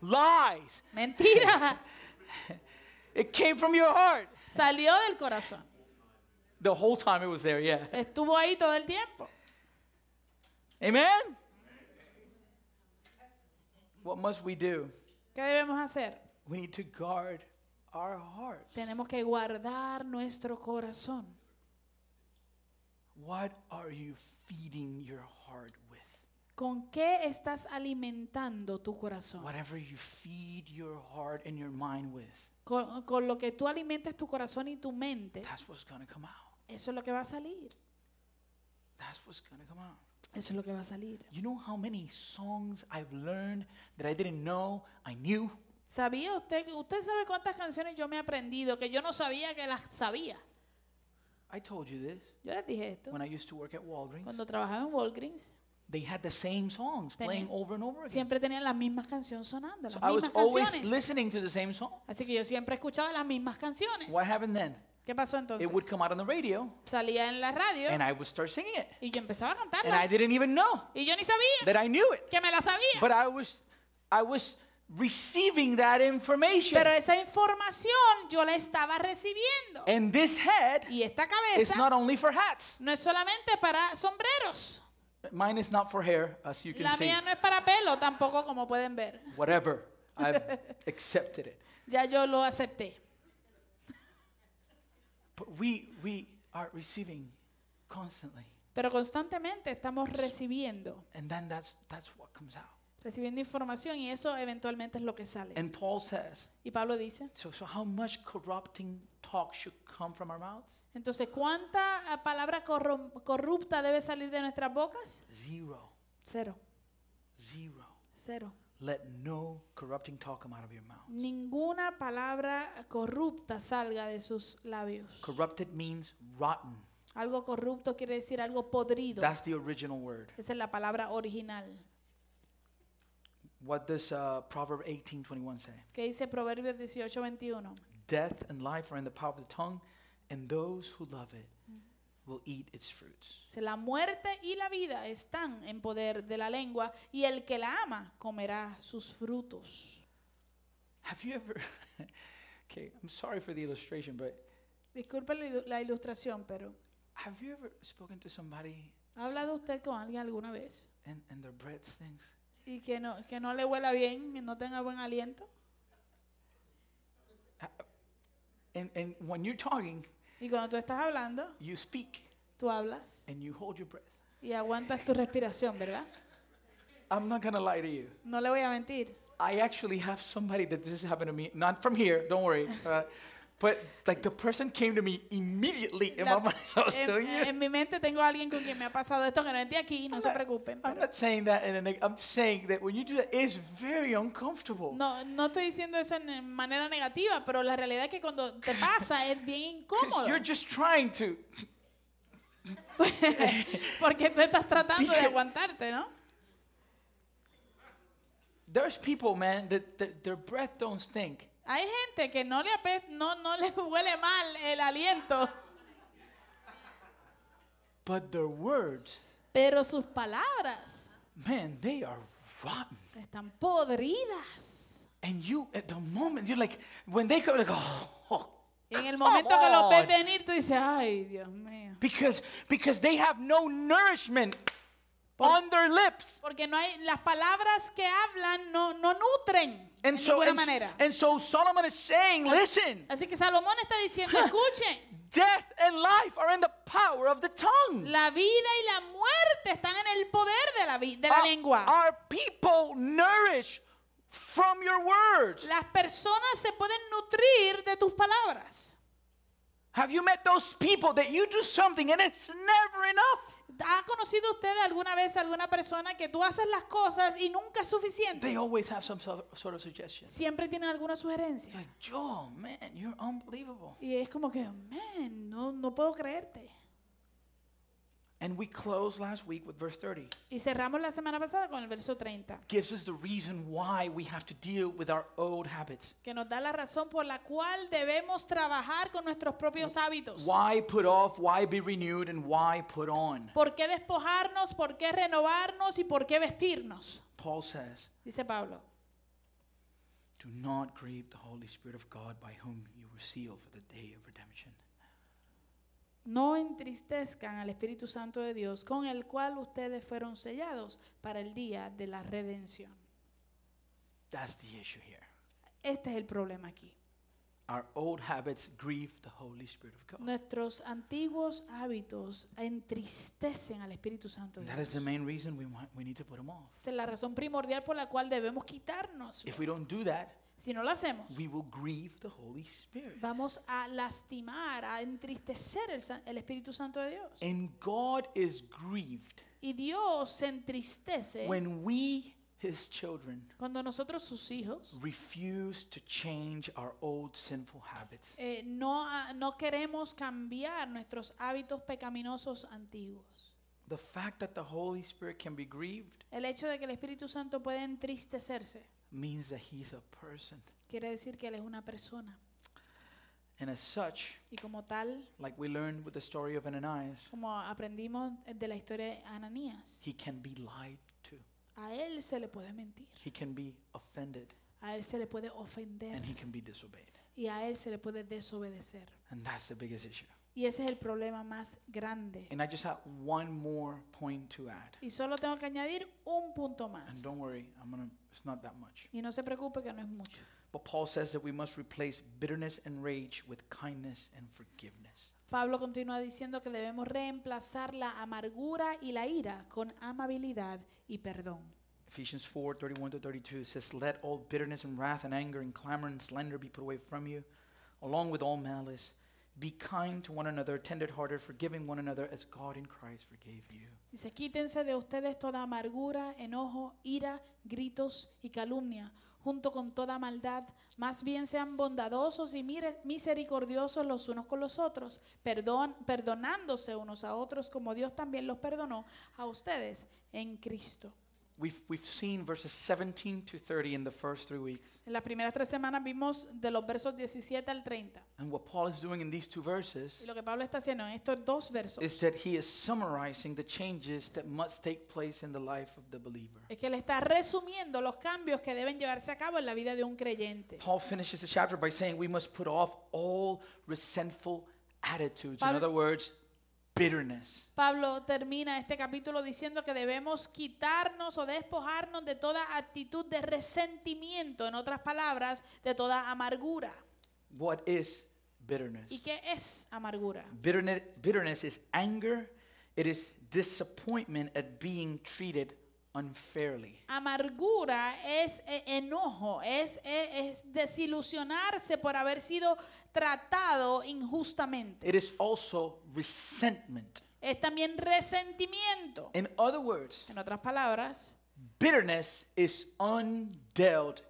Speaker 1: lies,
Speaker 2: Mentira,
Speaker 1: it came from your heart.
Speaker 2: salió del corazón.
Speaker 1: The whole time it was there, yeah.
Speaker 2: Estuvo ahí todo el tiempo.
Speaker 1: Amen? What must we do?
Speaker 2: ¿Qué debemos hacer?
Speaker 1: We need to guard our hearts.
Speaker 2: Tenemos que guardar nuestro corazón.
Speaker 1: What are you feeding your heart with?
Speaker 2: ¿Con qué estás alimentando tu corazón?
Speaker 1: Whatever you feed your heart and your mind with,
Speaker 2: Con, con lo que tú alimentes tu corazón y tu mente,
Speaker 1: that's what's going to come out.
Speaker 2: eso es lo que va a salir.
Speaker 1: That's what's going to come out.
Speaker 2: Eso es lo que va a salir.
Speaker 1: You know how many songs I've learned that I didn't know I knew?
Speaker 2: ¿Sabía usted? ¿Usted sabe cuántas canciones yo me he aprendido que yo no sabía que las sabía?
Speaker 1: I told you this
Speaker 2: Yo les dije esto.
Speaker 1: when I used to work at Walgreens.
Speaker 2: Cuando trabajaba en Walgreens,
Speaker 1: They had the same songs
Speaker 2: Tenían-
Speaker 1: playing over and over again.
Speaker 2: siempre tenían las mismas canciones sonando, las
Speaker 1: So I was
Speaker 2: mismas
Speaker 1: always
Speaker 2: canciones.
Speaker 1: listening to the same song.
Speaker 2: Así que yo siempre escuchaba las mismas canciones.
Speaker 1: What happened then?
Speaker 2: ¿Qué pasó entonces?
Speaker 1: It would come out on the radio
Speaker 2: Salía en la radio
Speaker 1: and I would start singing it.
Speaker 2: y yo empezaba a
Speaker 1: And I
Speaker 2: cantarlas.
Speaker 1: didn't even know
Speaker 2: Y yo ni sabía
Speaker 1: that I knew it.
Speaker 2: que me la sabía.
Speaker 1: But I was I was receiving that information.
Speaker 2: Pero esa información yo la estaba recibiendo.
Speaker 1: And this head
Speaker 2: Y esta
Speaker 1: is
Speaker 2: cabeza
Speaker 1: not only for hats.
Speaker 2: no es solamente para sombreros.
Speaker 1: Mine is not for hair, as you can
Speaker 2: La
Speaker 1: see.
Speaker 2: mía no es para pelo tampoco, como pueden ver.
Speaker 1: Whatever. I've accepted it.
Speaker 2: Ya yo lo acepté.
Speaker 1: But we we are receiving constantly,
Speaker 2: Pero constantemente estamos recibiendo.
Speaker 1: and then that's that's what comes out.
Speaker 2: recibiendo información y eso eventualmente es lo que sale.
Speaker 1: And Paul says,
Speaker 2: Y Pablo dice,
Speaker 1: so, so how much corrupting talk should come from our mouths?
Speaker 2: entonces, ¿cuánta ah, palabra corrom- corrupta debe salir de nuestras bocas?
Speaker 1: Zero.
Speaker 2: Cero,
Speaker 1: Zero.
Speaker 2: cero.
Speaker 1: Let no corrupting talk come out of your mouth.
Speaker 2: Ninguna palabra corrupta salga de sus labios.
Speaker 1: Corrupted means rotten.
Speaker 2: Algo corrupto quiere decir algo podrido.
Speaker 1: That's the original word.
Speaker 2: Esa es la palabra original.
Speaker 1: What does uh, Proverb 18:21 say?
Speaker 2: que dice Proverbios 18, 21?
Speaker 1: Death and life are in the power of the tongue, and those who love it will eat its fruits.
Speaker 2: Dice, La muerte y la vida están en poder de la lengua y el que la ama comerá sus frutos.
Speaker 1: Have you ever? okay, I'm sorry for the illustration, but
Speaker 2: Disculpe la ilu- la ilustración, pero
Speaker 1: have you ever spoken to somebody
Speaker 2: ¿ha hablado usted con alguien alguna vez
Speaker 1: and, and their breath stinks?
Speaker 2: y que no, que no le huela bien, que no tenga buen aliento?
Speaker 1: And, and when you're talking,
Speaker 2: Y cuando tú estás hablando,
Speaker 1: you speak
Speaker 2: tú hablas
Speaker 1: and you hold your breath.
Speaker 2: y aguantas tu respiración, ¿verdad?
Speaker 1: I'm not gonna lie to you.
Speaker 2: No le voy a mentir.
Speaker 1: I actually have somebody that this has happened to me, not from here, don't worry. Uh, but like the person came to me immediately in my
Speaker 2: La-
Speaker 1: mind. I was
Speaker 2: en,
Speaker 1: telling you.
Speaker 2: en mi mente tengo a alguien con quien me ha pasado esto que no es de aquí, no
Speaker 1: I'm
Speaker 2: se
Speaker 1: not-
Speaker 2: preocupen.
Speaker 1: I'm
Speaker 2: pero-
Speaker 1: not saying that in a neg- I'm just saying that when you do that, it's very uncomfortable.
Speaker 2: No, no estoy diciendo eso en en manera negativa, pero la realidad es que cuando te pasa es bien incómodo.
Speaker 1: Because you're just trying to.
Speaker 2: Porque tú estás tratando de
Speaker 1: Because-
Speaker 2: aguantarte, ¿no?
Speaker 1: There's people, man, that, that their breath don't stink.
Speaker 2: Hay gente que no le ape- no, no le huele mal el aliento,
Speaker 1: But their words,
Speaker 2: pero sus palabras
Speaker 1: man, they are rotten.
Speaker 2: están podridas.
Speaker 1: And you, at the moment, you're like, when they come, like, oh, oh,
Speaker 2: Y en el
Speaker 1: come
Speaker 2: momento que los ves
Speaker 1: on.
Speaker 2: venir, tú dices, ay, Dios mío.
Speaker 1: Because, because they have no nourishment
Speaker 2: Por-
Speaker 1: on their lips.
Speaker 2: Porque no hay, las palabras que hablan no, no nutren
Speaker 1: And
Speaker 2: de
Speaker 1: so,
Speaker 2: ninguna
Speaker 1: and,
Speaker 2: manera.
Speaker 1: and so Solomon is saying, listen,
Speaker 2: Así que Salomón está diciendo, escuchen.
Speaker 1: death and life are in the power of the tongue.
Speaker 2: La vida y la muerte están en el poder de la, vi- de la
Speaker 1: Are-
Speaker 2: lengua.
Speaker 1: Are people nourished from your words?
Speaker 2: Las personas se pueden nutrir de tus palabras.
Speaker 1: Have you met those people that you do something and it's never enough?
Speaker 2: ¿Ha conocido usted alguna vez a alguna persona que tú haces las cosas y nunca es
Speaker 1: They
Speaker 2: suficiente?
Speaker 1: always have some so- sort of suggestion.
Speaker 2: Siempre tienen alguna sugerencia.
Speaker 1: Like, Joe, man, you're unbelievable.
Speaker 2: Y es como que, man, no, no puedo creerte.
Speaker 1: And we closed last week with verse 30.
Speaker 2: Y cerramos la semana pasada con el verso 30,
Speaker 1: Gives us the reason why we have to deal with our old habits.
Speaker 2: que nos da la razón por la cual debemos trabajar con nuestros propios hábitos.
Speaker 1: Why put off, why be renewed, and why put on?
Speaker 2: ¿Por qué despojarnos? ¿Por qué renovarnos? ¿Y por qué vestirnos?
Speaker 1: Paul says,
Speaker 2: Dice Pablo.
Speaker 1: Do not grieve the Holy Spirit of God by whom you were sealed for the day of redemption.
Speaker 2: No entristezcan al Espíritu Santo de Dios, con el cual ustedes fueron sellados para el día de la redención.
Speaker 1: That's the issue here.
Speaker 2: Este es el problema aquí.
Speaker 1: Our old habits grieve the Holy Spirit of God.
Speaker 2: Nuestros antiguos hábitos entristecen al Espíritu Santo
Speaker 1: And
Speaker 2: de
Speaker 1: that is
Speaker 2: Dios.
Speaker 1: the main reason we, want, we need to put them off.
Speaker 2: Esa es la razón primordial por la cual debemos quitarnos.
Speaker 1: If we don't do that,
Speaker 2: Si no lo hacemos,
Speaker 1: we will grieve the Holy Spirit.
Speaker 2: vamos a lastimar, a entristecer el, sa- el Espíritu Santo de Dios.
Speaker 1: And God is grieved
Speaker 2: Y Dios se entristece
Speaker 1: when we, His children,
Speaker 2: cuando nosotros, sus hijos,
Speaker 1: refuse to change our old sinful habits.
Speaker 2: eh, no, a- no queremos cambiar nuestros hábitos pecaminosos antiguos.
Speaker 1: The fact that the Holy Spirit can be grieved
Speaker 2: El hecho de que el Espíritu Santo puede entristecerse
Speaker 1: means that He's a person.
Speaker 2: quiere decir que Él es una persona.
Speaker 1: And as such,
Speaker 2: Y como tal,
Speaker 1: like we learned with the story of Ananias,
Speaker 2: como aprendimos de la historia de Ananías,
Speaker 1: he can be lied to,
Speaker 2: a Él se le puede mentir,
Speaker 1: he can be offended,
Speaker 2: a Él se le puede
Speaker 1: and
Speaker 2: ofender
Speaker 1: he can be disobeyed.
Speaker 2: y a Él se le puede desobedecer.
Speaker 1: And that's the biggest issue.
Speaker 2: Y ese es el problema más grande.
Speaker 1: And I just have one more point to add.
Speaker 2: Y solo tengo que añadir un punto
Speaker 1: And
Speaker 2: más.
Speaker 1: don't worry, I'm gonna it's not that much.
Speaker 2: Y no se preocupe que no es mucho.
Speaker 1: But Paul says that we must replace bitterness and rage with kindness and forgiveness.
Speaker 2: Pablo continúa diciendo que debemos reemplazar la amargura y la ira con amabilidad y perdón.
Speaker 1: Ephesians 4 31 to 32 it says, Let all bitterness and wrath and anger and clamor and slander be put away from you, along with all malice. Be kind to one another, tender hearted, forgiving one another as God in Christ forgave you.
Speaker 2: Dice, quítense de ustedes toda amargura, enojo, ira, gritos y calumnia, junto con toda maldad. Más bien sean bondadosos y mire- misericordiosos los unos con los otros, perdón, perdonándose unos a otros como Dios también los perdonó a ustedes en Cristo.
Speaker 1: We've, we've seen verses 17 to 30 in the first three weeks.
Speaker 2: En las primeras tres semanas vimos de los versos 17 al 30.
Speaker 1: And what Paul is doing in these two verses
Speaker 2: Y lo que Pablo está haciendo en estos dos versos
Speaker 1: is that he is summarizing the changes that must take place in the life of the believer.
Speaker 2: es que él está resumiendo los cambios que deben llevarse a cabo en la vida de un creyente.
Speaker 1: Paul finishes the chapter by saying we must put off all resentful attitudes. In
Speaker 2: Pablo-
Speaker 1: other words, bitterness.
Speaker 2: Pablo termina este capítulo diciendo que debemos quitarnos o despojarnos de toda actitud de resentimiento, en otras palabras, de toda amargura.
Speaker 1: What is bitterness?
Speaker 2: ¿Y qué es amargura?
Speaker 1: Bitterness, bitterness is anger, it is disappointment at being treated unfairly.
Speaker 2: Amargura es eh, enojo, es, eh, es desilusionarse por haber sido tratado injustamente.
Speaker 1: It is also resentment.
Speaker 2: Es también resentimiento.
Speaker 1: In other words,
Speaker 2: En otras palabras,
Speaker 1: bitterness is undealt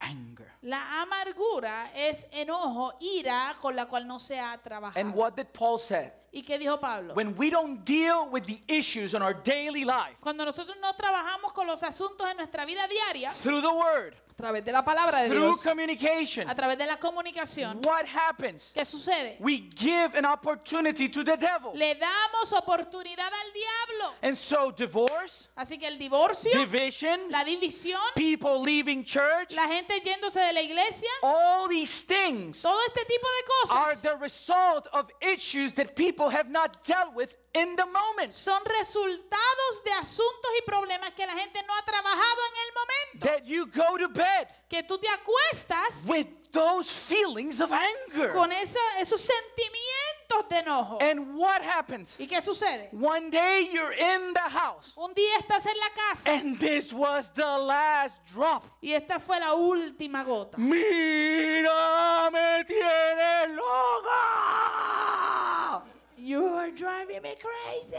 Speaker 1: anger.
Speaker 2: la amargura es enojo, ira con la cual no se ha
Speaker 1: And
Speaker 2: trabajado.
Speaker 1: what did Paul say?
Speaker 2: ¿Y qué dijo Pablo?
Speaker 1: When we don't deal with the issues in our daily life
Speaker 2: Cuando nosotros no trabajamos con los asuntos en nuestra vida diaria,
Speaker 1: through the word,
Speaker 2: a través de la palabra de
Speaker 1: through
Speaker 2: Dios,
Speaker 1: communication,
Speaker 2: a través de la comunicación,
Speaker 1: what happens?
Speaker 2: ¿qué sucede?
Speaker 1: We give an opportunity to the devil.
Speaker 2: Le damos oportunidad al diablo.
Speaker 1: And so divorce,
Speaker 2: Así que el divorcio,
Speaker 1: division,
Speaker 2: la división,
Speaker 1: people leaving church,
Speaker 2: la gente yéndose de la iglesia,
Speaker 1: all these things
Speaker 2: todo este tipo de
Speaker 1: are
Speaker 2: cosas
Speaker 1: the result of issues that people have not dealt with in the moment.
Speaker 2: son resultados de asuntos y problemas que la gente no ha trabajado en el momento.
Speaker 1: That you go to bed
Speaker 2: Que tú te acuestas
Speaker 1: with those feelings of anger.
Speaker 2: con esa- esos sentimientos de enojo.
Speaker 1: And what happens?
Speaker 2: ¿Y qué sucede?
Speaker 1: One day you're in the house,
Speaker 2: Un día estás en la casa
Speaker 1: and this was the last drop.
Speaker 2: Y esta fue la última gota.
Speaker 1: Mira, me tienes loca.
Speaker 2: You are driving me crazy.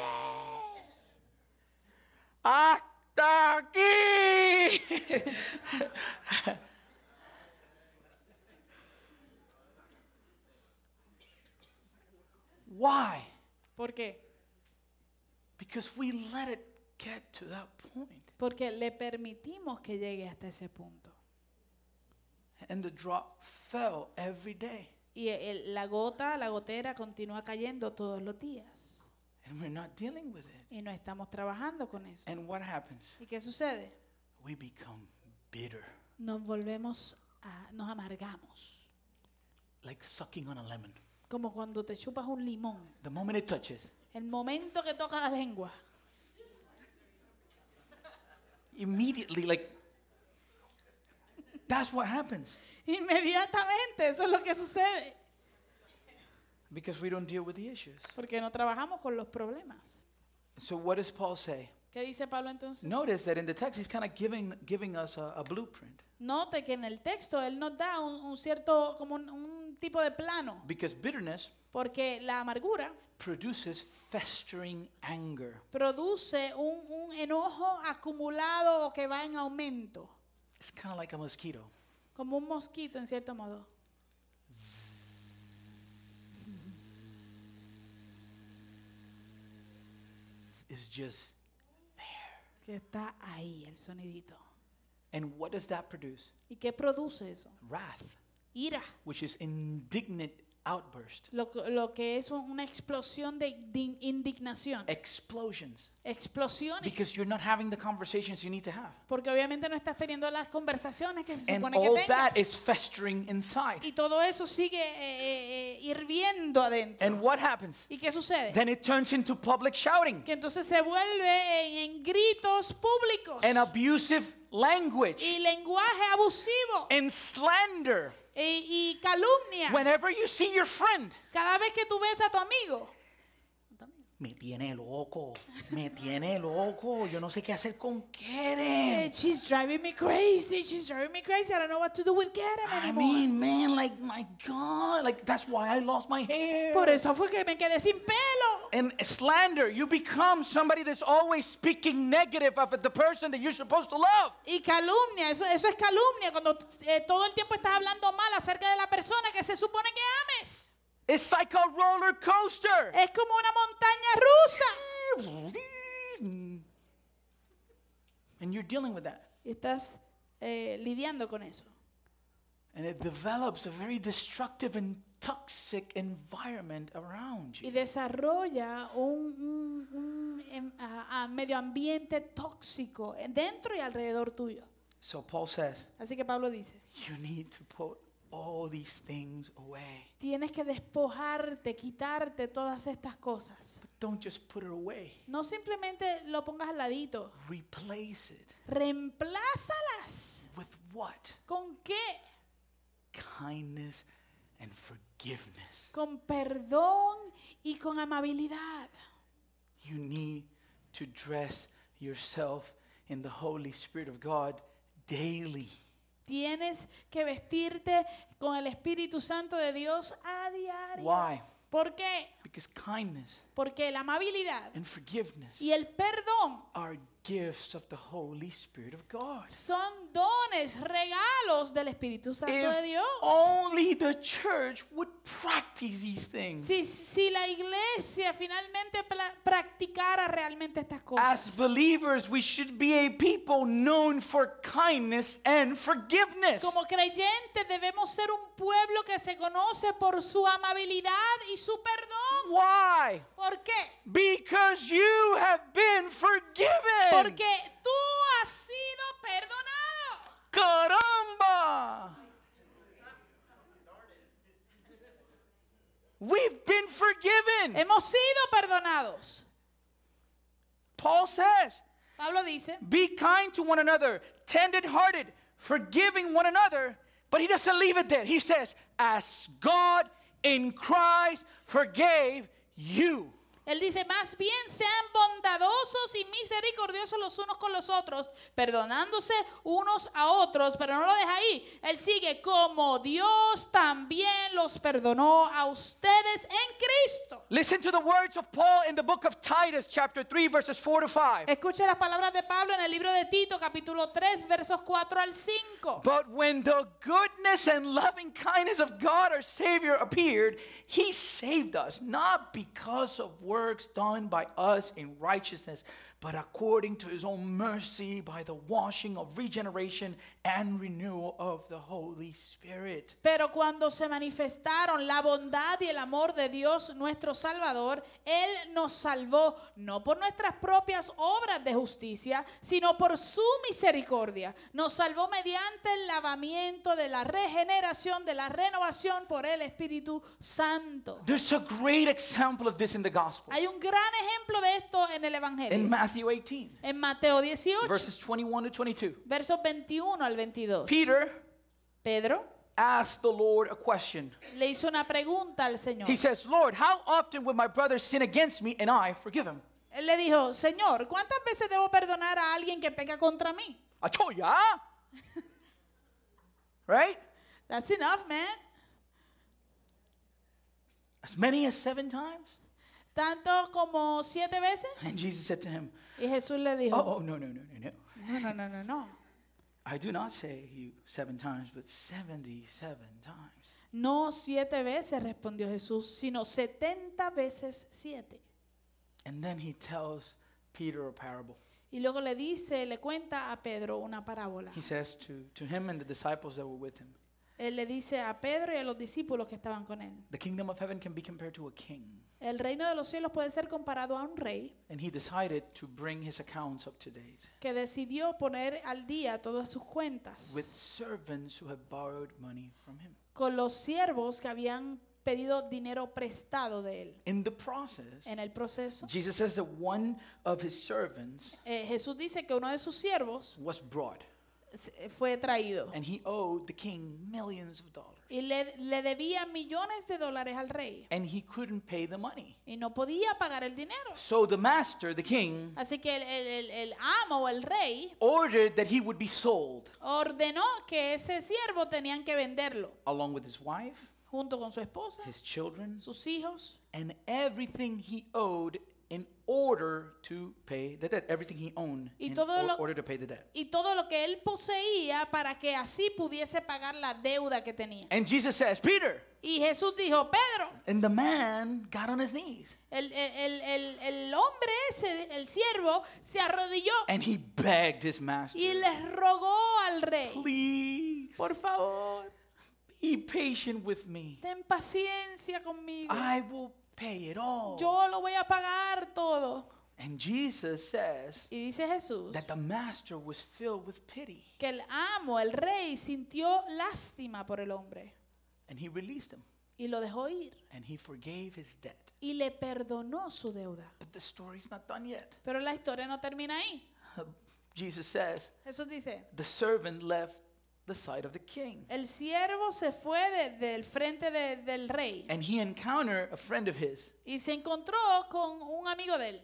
Speaker 1: Hasta aquí. Why?
Speaker 2: ¿Por qué?
Speaker 1: Because we let it get to that point.
Speaker 2: Porque le permitimos que llegue hasta ese punto.
Speaker 1: And the drop fell every day.
Speaker 2: Y el- la gota, la gotera continúa cayendo todos los días.
Speaker 1: And we're not dealing with it.
Speaker 2: Y no estamos trabajando con eso.
Speaker 1: And what happens?
Speaker 2: ¿Y qué sucede?
Speaker 1: We become bitter,
Speaker 2: Nos volvemos a, nos amargamos.
Speaker 1: like sucking on a lemon.
Speaker 2: Como cuando te chupas un limón.
Speaker 1: The moment it touches,
Speaker 2: El momento que toca la lengua.
Speaker 1: immediately, like, that's what happens.
Speaker 2: Inmediatamente, eso es lo que sucede.
Speaker 1: Because we don't deal with the issues.
Speaker 2: Porque no trabajamos con los problemas.
Speaker 1: So what does Paul say?
Speaker 2: ¿Qué dice Pablo entonces?
Speaker 1: Notice that in the text, he's kind of giving, giving us a, a blueprint.
Speaker 2: Note que en el texto él nos da un, un cierto, como un, un tipo de plano,
Speaker 1: Because bitterness
Speaker 2: porque la amargura
Speaker 1: produces festering anger.
Speaker 2: produce un, un enojo acumulado o que va en aumento,
Speaker 1: It's kind of like a mosquito.
Speaker 2: como un mosquito en cierto modo.
Speaker 1: It's just,
Speaker 2: Que está ahí el sonidito.
Speaker 1: and what does that produce?
Speaker 2: ¿Y qué produce eso?
Speaker 1: Wrath,
Speaker 2: Ira.
Speaker 1: which is indignant outburst,
Speaker 2: Lo, que- lo que es un- una explosión de di- indignación.
Speaker 1: explosions.
Speaker 2: Explosiones.
Speaker 1: Because you're not having the conversations you need to have.
Speaker 2: Porque obviamente no estás teniendo las conversaciones que se
Speaker 1: And
Speaker 2: supone que
Speaker 1: all that is
Speaker 2: tengas.
Speaker 1: festering inside.
Speaker 2: Y todo eso sigue eh, eh, eh, hirviendo adentro.
Speaker 1: And what happens?
Speaker 2: ¿Y qué sucede?
Speaker 1: Then it turns into public shouting
Speaker 2: que entonces se vuelve en, en gritos públicos
Speaker 1: and abusive language.
Speaker 2: y lenguaje abusivo e,
Speaker 1: and slander
Speaker 2: y, y calumnia.
Speaker 1: whenever you see your friend
Speaker 2: Cada vez que tú ves a tu amigo,
Speaker 1: me tiene loco, me tiene loco, yo no sé qué hacer con Keren.
Speaker 2: Eh, She's driving me crazy. She's driving me crazy. I don't know what to do with Karen
Speaker 1: I
Speaker 2: anymore.
Speaker 1: mean, man, like my God, like that's why I lost my hair.
Speaker 2: Por eso fue que me quedé sin pelo.
Speaker 1: and slander, you become somebody that's always speaking negative of the person that you're supposed to love.
Speaker 2: Y calumnia, eso, eso es calumnia, cuando eh, todo el tiempo estás hablando mal acerca de la persona que se supone que ames.
Speaker 1: It's like a roller coaster.
Speaker 2: Es como una montaña rusa.
Speaker 1: And you're dealing with that.
Speaker 2: Y estás eh, lidiando con eso.
Speaker 1: And it develops a very destructive and toxic environment around
Speaker 2: Y
Speaker 1: you.
Speaker 2: desarrolla un, un- un, em, a- a medio ambiente tóxico eh, dentro y alrededor tuyo.
Speaker 1: So Paul says,
Speaker 2: Así que Pablo dice,
Speaker 1: you need to put all these things away.
Speaker 2: tienes que despojarte, quitarte todas estas cosas.
Speaker 1: Don't just put it away,
Speaker 2: No simplemente lo pongas al ladito,
Speaker 1: replace it
Speaker 2: reemplázalas.
Speaker 1: with what?
Speaker 2: ¿Con qué?
Speaker 1: Kindness and forgiveness.
Speaker 2: Con perdón y con amabilidad.
Speaker 1: You need to dress yourself in the Holy Spirit of God daily.
Speaker 2: Tienes que vestirte con el Espíritu Santo de Dios a diario.
Speaker 1: Why?
Speaker 2: ¿Por qué?
Speaker 1: Because kindness
Speaker 2: Porque la amabilidad
Speaker 1: and forgiveness
Speaker 2: y el perdón
Speaker 1: are gifts of the Holy Spirit of God.
Speaker 2: son dones, regalos del Espíritu Santo de
Speaker 1: If
Speaker 2: Dios.
Speaker 1: only the church would practice these things.
Speaker 2: Si, si la iglesia finalmente pla- practicara realmente estas
Speaker 1: As
Speaker 2: cosas.
Speaker 1: believers, we should be a people known for kindness and forgiveness.
Speaker 2: Como creyentes debemos ser un pueblo que se conoce por su amabilidad y su perdón.
Speaker 1: Why?
Speaker 2: ¿Por qué?
Speaker 1: Because you have been forgiven.
Speaker 2: Porque tú has sido perdonado.
Speaker 1: Caramba! We've been forgiven.
Speaker 2: Hemos sido perdonados.
Speaker 1: Paul says,
Speaker 2: Pablo dice,
Speaker 1: be kind to one another, tender hearted, forgiving one another. But he doesn't leave it there. He says, as God in Christ forgave you.
Speaker 2: él dice, más bien sean bondadosos y misericordiosos los unos con los otros, perdonándose unos a otros, pero no lo deja ahí. Él sigue, como Dios también los perdonó a ustedes en Cristo.
Speaker 1: Listen to the words of Paul in the book of Titus, chapter 3, verses 4 to 5.
Speaker 2: Escuche las palabras de Pablo en el libro de Tito, capítulo 3, versos 4 al 5.
Speaker 1: But when the goodness and loving kindness of God our Savior appeared, He saved us, not because of works done by us in righteousness, but according to His own mercy by the washing of regeneration and renewal of the Holy Spirit.
Speaker 2: Pero cuando se manifestaron la bondad y el amor de Dios nuestro Salvador, Él nos salvó no por nuestras propias obras de justicia, sino por su misericordia. Nos salvó mediante el lavamiento de la regeneración, de la renovación por el Espíritu Santo.
Speaker 1: There's a great example of this in the Gospel,
Speaker 2: Hay un gran ejemplo de esto en el
Speaker 1: in
Speaker 2: Evangelio,
Speaker 1: Matthew 18,
Speaker 2: en Mateo 18,
Speaker 1: verses 21 to 22.
Speaker 2: versos 21 al 22.
Speaker 1: Peter
Speaker 2: Pedro
Speaker 1: asked the Lord a question.
Speaker 2: le hizo una pregunta al Señor.
Speaker 1: He says, Lord, how often will my brother sin against me and I forgive him?
Speaker 2: Él le dijo, Señor, ¿cuántas veces debo perdonar a alguien que peca contra mí?
Speaker 1: I told ya. right?
Speaker 2: That's enough, man.
Speaker 1: As many as seven times?
Speaker 2: Tanto como siete veces.
Speaker 1: And Jesus said to him,
Speaker 2: Y Jesús le dijo,
Speaker 1: Oh, oh, no, no, no, no, no.
Speaker 2: no, no, no, no, no.
Speaker 1: I do not say you seven times, but 77 times.
Speaker 2: No siete veces, respondió Jesús, sino setenta veces siete.
Speaker 1: And then he tells Peter a parable.
Speaker 2: Y luego le dice, le cuenta a Pedro una parábola.
Speaker 1: He says to, to him and the disciples that were with him,
Speaker 2: Él le dice a Pedro y a los discípulos que estaban con él,
Speaker 1: The kingdom of heaven can be compared to a king.
Speaker 2: el reino de los cielos puede ser comparado a un rey
Speaker 1: And he decided to bring his accounts up to date
Speaker 2: que decidió poner al día todas sus cuentas.
Speaker 1: with servants who had borrowed money from him.
Speaker 2: con los siervos que habían pedido dinero prestado de él.
Speaker 1: In the process,
Speaker 2: En el proceso,
Speaker 1: Jesus says that one of his servants
Speaker 2: eh, Jesús dice que uno de sus siervos
Speaker 1: was brought.
Speaker 2: se- fue traído.
Speaker 1: and he owed the king millions of dollars.
Speaker 2: Y le, le debía millones de dólares al rey.
Speaker 1: And he couldn't pay the money.
Speaker 2: Y no podía pagar el dinero.
Speaker 1: So the master, the king,
Speaker 2: Así que el, el- el- el amo o el rey
Speaker 1: ordered that he would be sold
Speaker 2: ordenó que ese siervo tenían que venderlo
Speaker 1: along with his wife,
Speaker 2: junto con su esposa,
Speaker 1: his children,
Speaker 2: sus hijos
Speaker 1: and everything he owed in order to pay the debt. Everything he owned
Speaker 2: Y
Speaker 1: in
Speaker 2: todo
Speaker 1: or-
Speaker 2: lo-
Speaker 1: order to pay the debt.
Speaker 2: y todo lo que él poseía para que así pudiese pagar la deuda que tenía.
Speaker 1: And Jesus says, Peter,
Speaker 2: Y Jesús dijo, Pedro,
Speaker 1: and the man got on his knees
Speaker 2: El, el- el- el- el hombre ese, el siervo, se arrodilló
Speaker 1: and he begged his master,
Speaker 2: y les rogó al rey,
Speaker 1: please
Speaker 2: por favor,
Speaker 1: be patient with me.
Speaker 2: ten paciencia conmigo.
Speaker 1: I will pay it all.
Speaker 2: Yo lo voy a pagar todo.
Speaker 1: And Jesus says
Speaker 2: Y dice Jesús
Speaker 1: that the master was filled with pity
Speaker 2: que el amo, el rey, sintió lástima por el hombre
Speaker 1: and he released him
Speaker 2: y lo dejó ir
Speaker 1: and he forgave his debt.
Speaker 2: y le perdonó su deuda.
Speaker 1: But the story's not done yet.
Speaker 2: Pero la historia no termina ahí.
Speaker 1: Jesus says,
Speaker 2: Jesús dice,
Speaker 1: the servant left the side of the king
Speaker 2: el siervo se fue de- del frente de- del rey
Speaker 1: and he encountered a friend of his
Speaker 2: y se encontró con un amigo de él.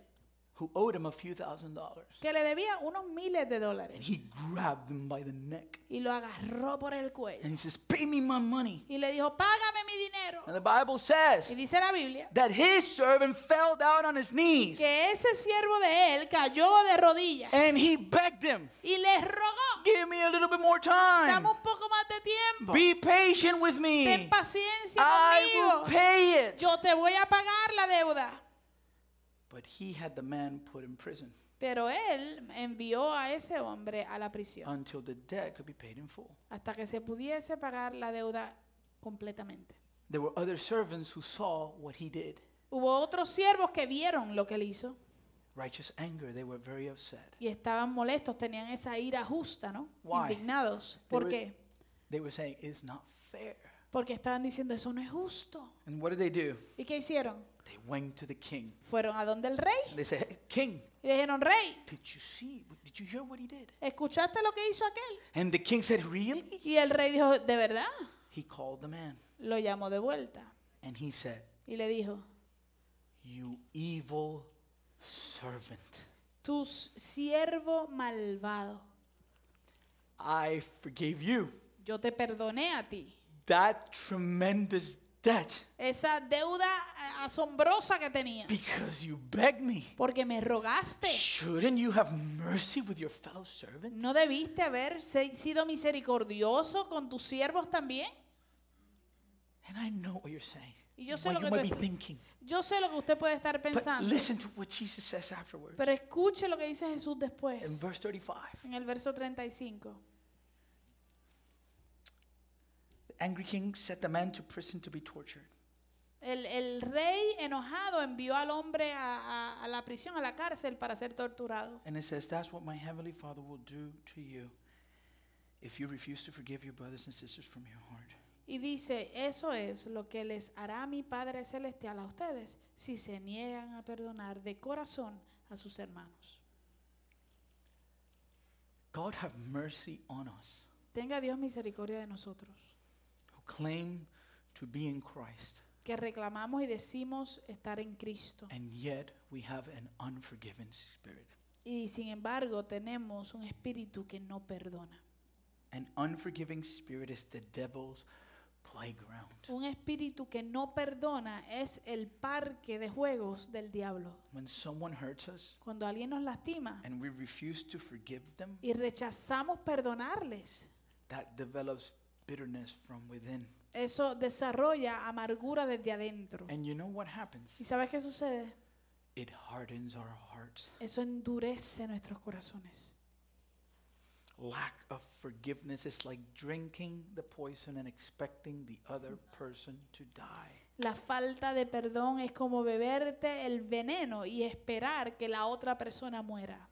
Speaker 1: who owed him a few thousand dollars
Speaker 2: que le debía unos miles de
Speaker 1: and
Speaker 2: dólares
Speaker 1: he grabbed him by the neck
Speaker 2: y lo agarró por el
Speaker 1: and
Speaker 2: cuello
Speaker 1: he says, pay me my money.
Speaker 2: y le dijo, págame mi dinero.
Speaker 1: And the Bible
Speaker 2: Y
Speaker 1: says
Speaker 2: dice la Biblia
Speaker 1: that his servant fell down on his knees
Speaker 2: que ese siervo de él cayó de rodillas
Speaker 1: and he begged him,
Speaker 2: y les rogó,
Speaker 1: give me a little bit more time.
Speaker 2: dame un poco más de tiempo,
Speaker 1: Be patient with
Speaker 2: ten
Speaker 1: me.
Speaker 2: paciencia
Speaker 1: I will
Speaker 2: conmigo,
Speaker 1: pay it.
Speaker 2: yo te voy a pagar la deuda.
Speaker 1: But he had the man put in prison
Speaker 2: Pero él envió a ese hombre a la prisión
Speaker 1: until the debt could be paid in full.
Speaker 2: hasta que se pudiese pagar la deuda completamente.
Speaker 1: There were other servants who saw what he did.
Speaker 2: Hubo otros siervos que vieron lo que él hizo
Speaker 1: Righteous anger, they were very upset.
Speaker 2: y estaban molestos, tenían esa ira justa, ¿no?
Speaker 1: Why?
Speaker 2: Indignados.
Speaker 1: They
Speaker 2: ¿Por
Speaker 1: were-
Speaker 2: qué?
Speaker 1: They were saying, It's not fair.
Speaker 2: Porque estaban diciendo, eso no es justo.
Speaker 1: And what did they do?
Speaker 2: ¿Y qué hicieron?
Speaker 1: They went to the king.
Speaker 2: Fueron a donde el rey
Speaker 1: And they said, "Hey, King,
Speaker 2: y le dijeron, rey,
Speaker 1: did you see? Did you hear what he did?
Speaker 2: ¿escuchaste lo que hizo aquel?
Speaker 1: And the king said, Really?
Speaker 2: Y el rey dijo, ¿de verdad?
Speaker 1: He called the man
Speaker 2: Lo llamó de vuelta
Speaker 1: and he said,
Speaker 2: y le dijo,
Speaker 1: You evil servant.
Speaker 2: tu s- siervo malvado,
Speaker 1: I forgave you
Speaker 2: yo te perdoné a ti.
Speaker 1: that tremendous debt
Speaker 2: Esa deuda eh, asombrosa que tenías.
Speaker 1: because you begged me.
Speaker 2: Porque me rogaste.
Speaker 1: Shouldn't you have mercy with your fellow servant?
Speaker 2: ¿No debiste haber se- sido misericordioso con tus siervos también?
Speaker 1: And I know what you're saying.
Speaker 2: Y yo sé
Speaker 1: what
Speaker 2: lo
Speaker 1: you
Speaker 2: que
Speaker 1: might
Speaker 2: tú
Speaker 1: be
Speaker 2: estás-
Speaker 1: thinking.
Speaker 2: Yo sé lo que usted puede estar
Speaker 1: But
Speaker 2: pensando,
Speaker 1: listen to what Jesus says afterwards.
Speaker 2: pero escuche lo que dice Jesús
Speaker 1: In
Speaker 2: después,
Speaker 1: verse 35,
Speaker 2: en el verso 35.
Speaker 1: the angry king set the man to prison to be tortured.
Speaker 2: El, el rey enojado envió al hombre a, a- a la prisión, a la cárcel, para ser torturado.
Speaker 1: And it says, That's what my heavenly Father will do to you if you refuse to forgive your brothers and sisters from your heart.
Speaker 2: Y dice, eso es lo que les hará mi Padre Celestial a ustedes si se niegan a perdonar de corazón a sus hermanos.
Speaker 1: God have mercy on us
Speaker 2: Tenga Dios misericordia de nosotros,
Speaker 1: who claim to be in Christ,
Speaker 2: que reclamamos y decimos estar en Cristo.
Speaker 1: and yet we have an unforgiven spirit.
Speaker 2: Y sin embargo tenemos un espíritu que no perdona.
Speaker 1: An unforgiving spirit is the devil's playground.
Speaker 2: Un espíritu que no perdona es el parque de juegos del diablo.
Speaker 1: When someone hurts us
Speaker 2: Cuando alguien nos lastima
Speaker 1: and we refuse to forgive them,
Speaker 2: y rechazamos perdonarles,
Speaker 1: that develops bitterness from within.
Speaker 2: eso desarrolla amargura desde adentro.
Speaker 1: And you know what happens?
Speaker 2: ¿Y sabes qué sucede?
Speaker 1: It hardens our hearts.
Speaker 2: Eso endurece nuestros corazones.
Speaker 1: Lack of forgiveness is like drinking the poison and expecting the other person to die.
Speaker 2: La falta de perdón es como beberte el veneno y esperar que la otra persona muera.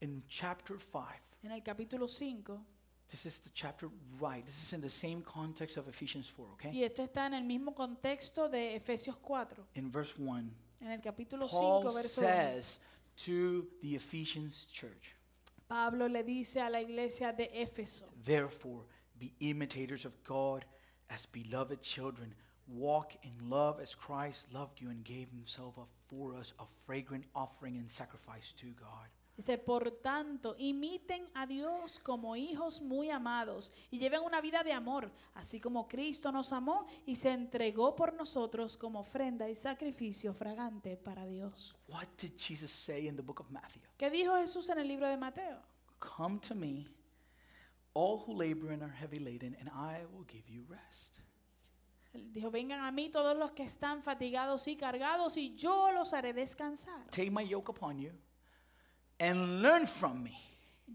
Speaker 1: In chapter 5,
Speaker 2: En el capítulo 5,
Speaker 1: this is the chapter right. This is in the same context of Ephesians 4, okay?
Speaker 2: y esto está en el mismo contexto de Efesios 4,
Speaker 1: In verse 1,
Speaker 2: en el capítulo 5,
Speaker 1: Paul
Speaker 2: verso 1.
Speaker 1: says to the Ephesians church.
Speaker 2: Pablo le dice a la iglesia de Éfeso,
Speaker 1: Therefore, be imitators of God as beloved children. Walk in love as Christ loved you and gave himself up for us, a fragrant offering and sacrifice to God.
Speaker 2: dice, por tanto, imiten a Dios como hijos muy amados y lleven una vida de amor, así como Cristo nos amó y se entregó por nosotros como ofrenda y sacrificio fragante para Dios.
Speaker 1: What did Jesus say in the book of Matthew?
Speaker 2: ¿Qué dijo Jesús en el libro de Mateo?
Speaker 1: Come to me, all who labor and are heavy laden, and I will give you rest.
Speaker 2: Él dijo, vengan a mí todos los que están fatigados y cargados y yo los haré descansar.
Speaker 1: Take my yoke upon you and learn from me.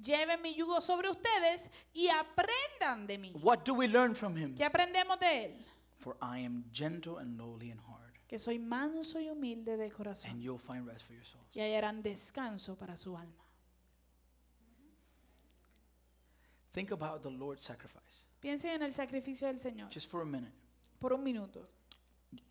Speaker 2: Lleven mi yugo sobre ustedes y aprendan de mí.
Speaker 1: What do we learn from him?
Speaker 2: ¿Qué aprendemos de él?
Speaker 1: For I am gentle and lowly in heart,
Speaker 2: Que soy manso y humilde de corazón.
Speaker 1: and you'll find rest for your souls.
Speaker 2: y hallarán descanso para su alma.
Speaker 1: Think about the Lord's sacrifice
Speaker 2: Piensen en el sacrificio del Señor
Speaker 1: just for a minute.
Speaker 2: por un minuto.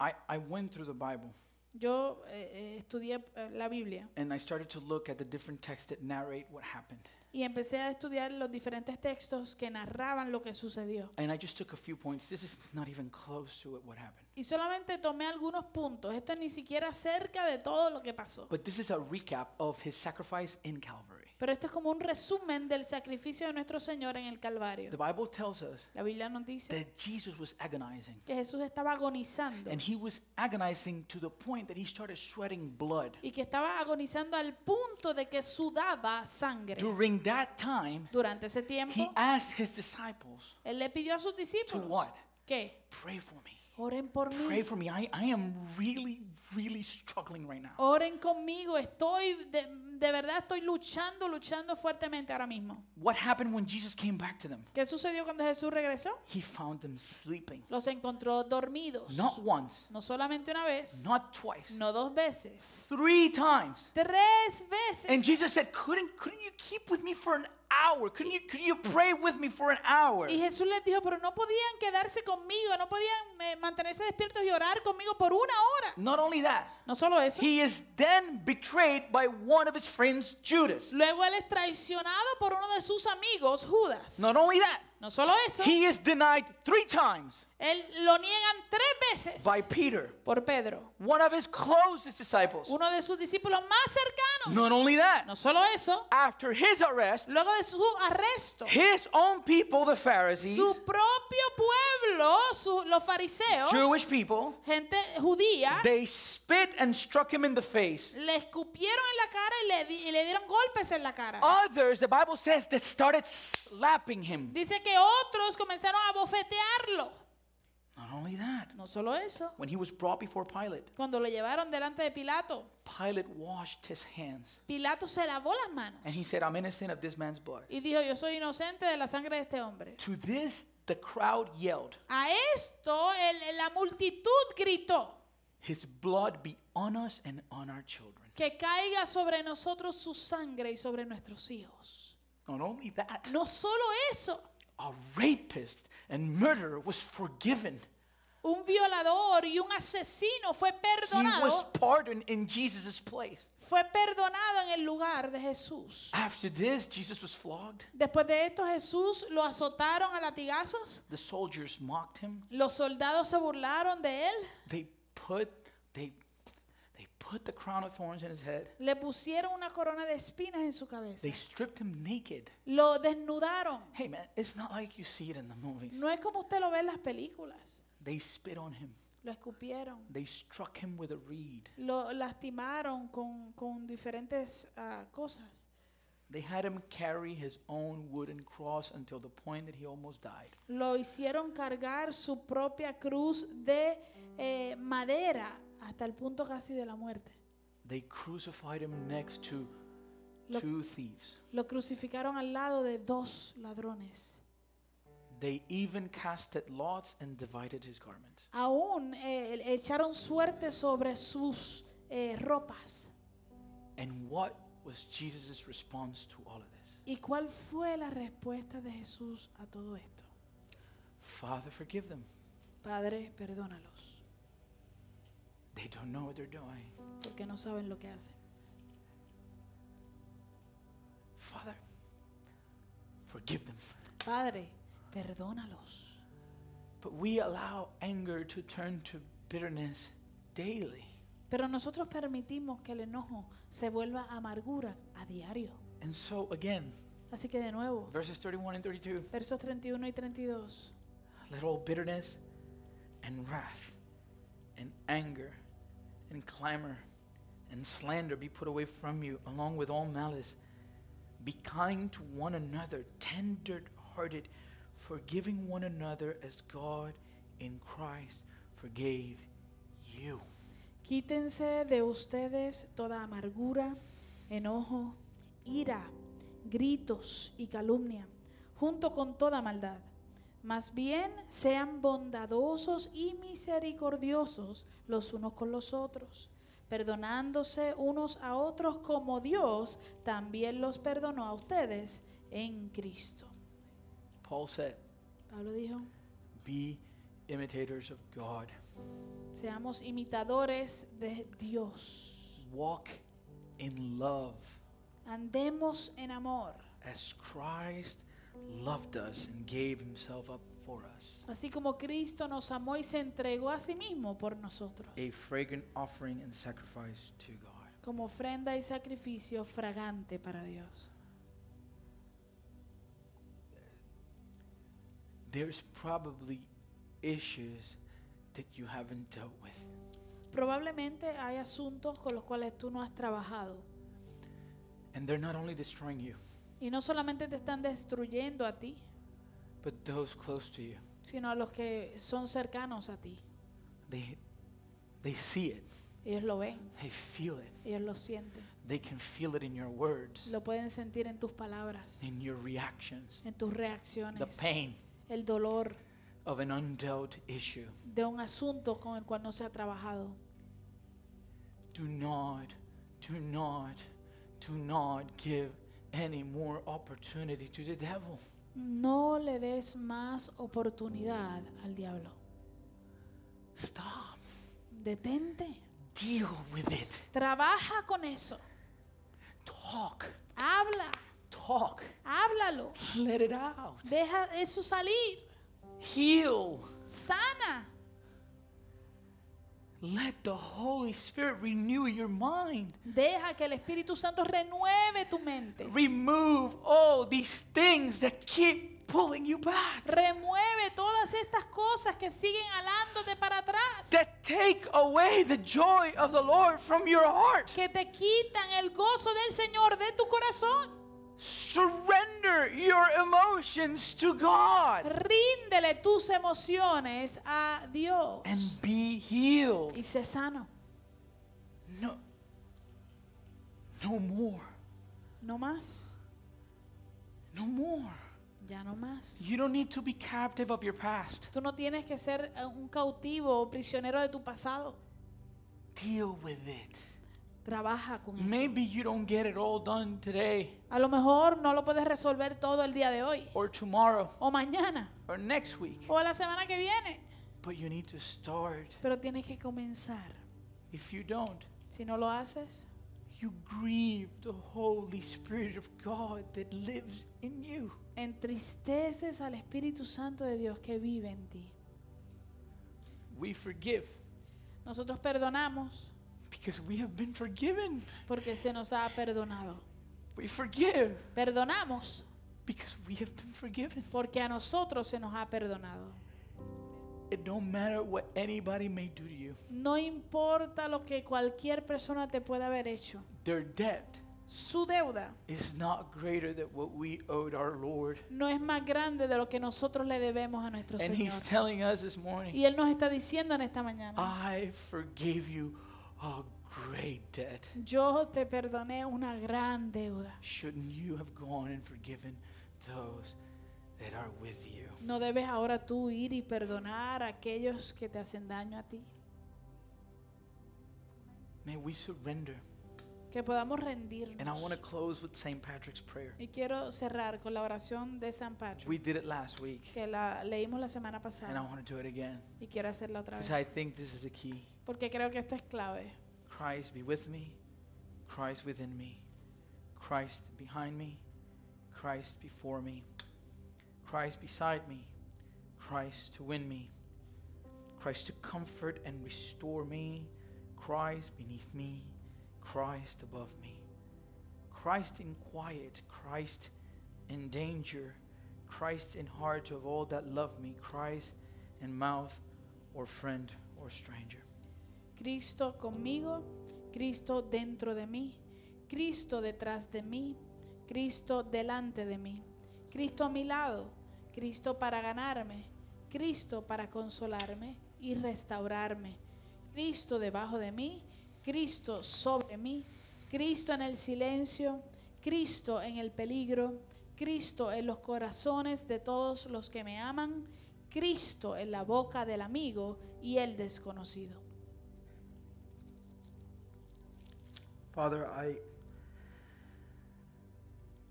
Speaker 1: I, I went through the Bible
Speaker 2: Yo eh, eh, estudié eh, la Biblia
Speaker 1: and I started to look at the different texts that narrate what happened.
Speaker 2: y empecé a estudiar los diferentes textos que narraban lo que sucedió.
Speaker 1: And I just took a few points. This is not even close to it, what happened.
Speaker 2: Y solamente tomé algunos puntos. Esto es ni siquiera cerca de todo lo que pasó.
Speaker 1: But this is a recap of his sacrifice in Calvary.
Speaker 2: Pero esto es como un resumen del sacrificio de nuestro Señor en el Calvario.
Speaker 1: The Bible tells us
Speaker 2: La Biblia nos dice
Speaker 1: that Jesus was agonizing.
Speaker 2: que Jesús estaba agonizando
Speaker 1: And he was agonizing to the point that he started sweating blood.
Speaker 2: y que estaba agonizando al punto de que sudaba sangre.
Speaker 1: During that time,
Speaker 2: Durante ese
Speaker 1: he
Speaker 2: tiempo,
Speaker 1: asked his disciples,
Speaker 2: Él le pidió a sus discípulos
Speaker 1: what?
Speaker 2: que
Speaker 1: Pray for me.
Speaker 2: oren por mí,
Speaker 1: Pray for me. I, I am really, really struggling right now.
Speaker 2: oren conmigo, estoy de, de verdad estoy luchando, luchando fuertemente ahora mismo.
Speaker 1: What happened when Jesus came back to them?
Speaker 2: ¿Qué sucedió cuando Jesús regresó?
Speaker 1: He found them sleeping.
Speaker 2: Los encontró dormidos,
Speaker 1: Not once,
Speaker 2: no solamente una vez,
Speaker 1: not twice,
Speaker 2: no dos veces,
Speaker 1: three times.
Speaker 2: tres veces.
Speaker 1: And Jesus said, couldn't, couldn't you keep with me for an hour? Couldn't you, couldn't you pray with me for an hour?
Speaker 2: Y Jesús les dijo, pero no podían quedarse conmigo, no podían eh, mantenerse despiertos y orar conmigo por una hora.
Speaker 1: Not only that,
Speaker 2: No solo eso.
Speaker 1: he is then betrayed by one of his friends, Judas.
Speaker 2: Luego él es traicionado por uno de sus amigos, Judas.
Speaker 1: Not only that,
Speaker 2: No solo eso.
Speaker 1: he is denied three times
Speaker 2: Él lo niegan tres veces
Speaker 1: by Peter,
Speaker 2: por Pedro,
Speaker 1: one of his closest disciples.
Speaker 2: uno de sus discípulos más cercanos.
Speaker 1: Not only that,
Speaker 2: No solo eso,
Speaker 1: after his arrest,
Speaker 2: luego de su arresto,
Speaker 1: his own people, the Pharisees,
Speaker 2: su propio pueblo, su- los fariseos,
Speaker 1: Jewish people,
Speaker 2: gente judía,
Speaker 1: they spit and struck him in the face.
Speaker 2: le escupieron en la cara y le, di- y le dieron golpes en la cara.
Speaker 1: Others, the Bible says, they started slapping him.
Speaker 2: Dice que otros comenzaron a bofetearlo.
Speaker 1: Not only that,
Speaker 2: No solo eso,
Speaker 1: when he was brought before Pilate,
Speaker 2: cuando lo llevaron delante de Pilato,
Speaker 1: Pilate washed his hands
Speaker 2: Pilato se lavó las manos
Speaker 1: and he said, I'm innocent of this man's blood.
Speaker 2: y dijo, yo soy inocente de la sangre de este hombre.
Speaker 1: To this, the crowd yelled,
Speaker 2: A esto el- la multitud gritó
Speaker 1: His blood be on us and on our children.
Speaker 2: que caiga sobre nosotros su sangre y sobre nuestros hijos.
Speaker 1: Not only that,
Speaker 2: No solo eso,
Speaker 1: a rapist and murderer was forgiven.
Speaker 2: un violador y un asesino fue
Speaker 1: He was
Speaker 2: perdonado,
Speaker 1: pardoned in Jesus' place.
Speaker 2: fue perdonado en el lugar de Jesús.
Speaker 1: After this, Jesus was flogged.
Speaker 2: Después de esto Jesús lo azotaron a latigazos,
Speaker 1: The soldiers mocked him.
Speaker 2: los soldados se burlaron de él,
Speaker 1: They put they they put the crown of thorns in his head.
Speaker 2: le pusieron una corona de espinas en su cabeza,
Speaker 1: They stripped him naked.
Speaker 2: lo desnudaron.
Speaker 1: Hey man, it's not like you see it in the movies.
Speaker 2: No es como usted lo ve en las películas,
Speaker 1: They spit on him.
Speaker 2: lo escupieron.
Speaker 1: They struck him with a reed.
Speaker 2: lo lastimaron con, con diferentes ah, cosas.
Speaker 1: They had him carry his own wooden cross until the point that he almost died.
Speaker 2: Lo hicieron cargar su propia cruz de eh, madera hasta el punto casi de la muerte.
Speaker 1: They crucified him next to
Speaker 2: Lo-
Speaker 1: two thieves.
Speaker 2: Lo crucificaron al lado de dos ladrones.
Speaker 1: They even casted lots and divided his garment.
Speaker 2: Aún eh, echaron suerte sobre sus eh, ropas.
Speaker 1: And what was Jesus' response to all of this?
Speaker 2: ¿Y cuál fue la respuesta de Jesús a todo esto?
Speaker 1: Father, forgive them.
Speaker 2: Padre, perdónalos,
Speaker 1: They don't know what they're doing.
Speaker 2: porque no saben lo que hacen. Padre, perdónalos.
Speaker 1: But we allow anger to turn to bitterness daily.
Speaker 2: Pero nosotros permitimos que el enojo se vuelva amargura a diario.
Speaker 1: And so, again,
Speaker 2: Así que de nuevo,
Speaker 1: verses 31 and 32
Speaker 2: versos 31 y 32.
Speaker 1: let all bitterness and wrath and anger and clamor and slander be put away from you, along with all malice. Be kind to one another, tender hearted, forgiving one another as God in Christ forgave you.
Speaker 2: Quítense de ustedes toda amargura, enojo, ira, gritos y calumnia, junto con toda maldad. Más bien sean bondadosos y misericordiosos los unos con los otros, perdonándose unos a otros como Dios también los perdonó a ustedes en Cristo.
Speaker 1: Paul said,
Speaker 2: Pablo dijo,
Speaker 1: Be imitators of God,
Speaker 2: seamos imitadores de Dios,
Speaker 1: walk in love
Speaker 2: andemos en amor.
Speaker 1: as Christ loved us and gave himself up for us,
Speaker 2: Así como Cristo nos amó y se entregó a sí mismo por nosotros,
Speaker 1: a fragrant offering and sacrifice to God.
Speaker 2: como ofrenda y sacrificio fragante para Dios.
Speaker 1: there's probably issues that you haven't dealt with.
Speaker 2: Probablemente hay asuntos con los cuales tú no has trabajado
Speaker 1: And they're not only destroying you,
Speaker 2: y no solamente te están destruyendo a ti,
Speaker 1: but those close to you.
Speaker 2: sino a los que son cercanos a ti.
Speaker 1: They they see it.
Speaker 2: Ellos lo ven,
Speaker 1: They feel it.
Speaker 2: ellos lo sienten,
Speaker 1: They can feel it in your words,
Speaker 2: lo pueden sentir en tus palabras,
Speaker 1: in your reactions.
Speaker 2: en tus
Speaker 1: The
Speaker 2: reacciones,
Speaker 1: pain
Speaker 2: el dolor
Speaker 1: of an undealt issue.
Speaker 2: de un asunto con el cual no se ha trabajado.
Speaker 1: Do not, do not, do not give any more opportunity to the devil.
Speaker 2: No le des más oportunidad al diablo.
Speaker 1: Stop.
Speaker 2: Detente.
Speaker 1: Deal with it.
Speaker 2: Trabaja con eso.
Speaker 1: Talk.
Speaker 2: Habla.
Speaker 1: Talk.
Speaker 2: Háblalo.
Speaker 1: Let it out.
Speaker 2: Deja eso salir.
Speaker 1: Heal.
Speaker 2: Sana.
Speaker 1: Let the Holy Spirit renew your mind.
Speaker 2: Deja que el Espíritu Santo renueve tu mente.
Speaker 1: Remove all these things that keep pulling you back,
Speaker 2: Remueve todas estas cosas que siguen alándote para atrás.
Speaker 1: that take away the joy of the Lord from your heart.
Speaker 2: Que te quitan el gozo del Señor de tu corazón.
Speaker 1: Surrender your emotions to God
Speaker 2: Ríndele tus emociones a Dios.
Speaker 1: and be healed.
Speaker 2: Y sé sano.
Speaker 1: No, no more.
Speaker 2: No más.
Speaker 1: No more.
Speaker 2: Ya no más.
Speaker 1: You don't need to be captive of your past.
Speaker 2: Tú no tienes que ser eh, un cautivo o prisionero de tu pasado.
Speaker 1: Deal with it.
Speaker 2: Trabaja con eso.
Speaker 1: Maybe you don't get it all done today
Speaker 2: A lo mejor no lo puedes resolver todo el día de hoy,
Speaker 1: or tomorrow
Speaker 2: o mañana,
Speaker 1: or next week.
Speaker 2: o la semana que viene.
Speaker 1: But you need to start.
Speaker 2: Pero tienes que comenzar.
Speaker 1: If you don't,
Speaker 2: Si no lo haces,
Speaker 1: you grieve the Holy Spirit of God that lives in you.
Speaker 2: entristeces al Espíritu Santo de Dios que vive en ti.
Speaker 1: We forgive
Speaker 2: Nosotros perdonamos
Speaker 1: because we have been forgiven.
Speaker 2: porque se nos ha perdonado.
Speaker 1: We forgive
Speaker 2: Perdonamos
Speaker 1: because we have been forgiven.
Speaker 2: porque a nosotros se nos ha perdonado.
Speaker 1: It don't matter what anybody may do to you.
Speaker 2: No importa lo que cualquier persona te pueda haber hecho.
Speaker 1: Their debt
Speaker 2: Su deuda
Speaker 1: is not greater than what we owed our Lord.
Speaker 2: no es más grande de lo que nosotros le debemos a nuestro
Speaker 1: And
Speaker 2: Señor.
Speaker 1: he's telling us this morning,
Speaker 2: Y Él nos está diciendo en esta mañana,
Speaker 1: I forgave you a great debt.
Speaker 2: yo te perdoné una gran deuda.
Speaker 1: Shouldn't you have gone and forgiven those that are with you?
Speaker 2: No debes ahora tú ir y perdonar a aquellos que te hacen daño a ti.
Speaker 1: May we surrender.
Speaker 2: Que podamos
Speaker 1: And I want to
Speaker 2: rendirnos.
Speaker 1: close with St. Patrick's Prayer.
Speaker 2: Y quiero cerrar con la oración de San Patrick,
Speaker 1: We did it last week,
Speaker 2: que la leímos la semana
Speaker 1: and I
Speaker 2: pasada.
Speaker 1: want to do it again
Speaker 2: Y quiero hacerla otra
Speaker 1: because I
Speaker 2: vez.
Speaker 1: think this is the key.
Speaker 2: Porque creo que esto es clave.
Speaker 1: Christ be with me, Christ within me, Christ behind me, Christ before me, Christ beside me, Christ to win me, Christ to comfort and restore me, Christ beneath me, Christ above me, Christ in quiet, Christ in danger, Christ in heart of all that love me, Christ in mouth or friend or stranger.
Speaker 2: Cristo conmigo, Cristo dentro de mí, Cristo detrás de mí, Cristo delante de mí, Cristo a mi lado, Cristo para ganarme, Cristo para consolarme y restaurarme, Cristo debajo de mí, Cristo sobre mí, Cristo en el silencio, Cristo en el peligro, Cristo en los corazones de todos los que me aman, Cristo en la boca del amigo y el desconocido.
Speaker 1: Father, I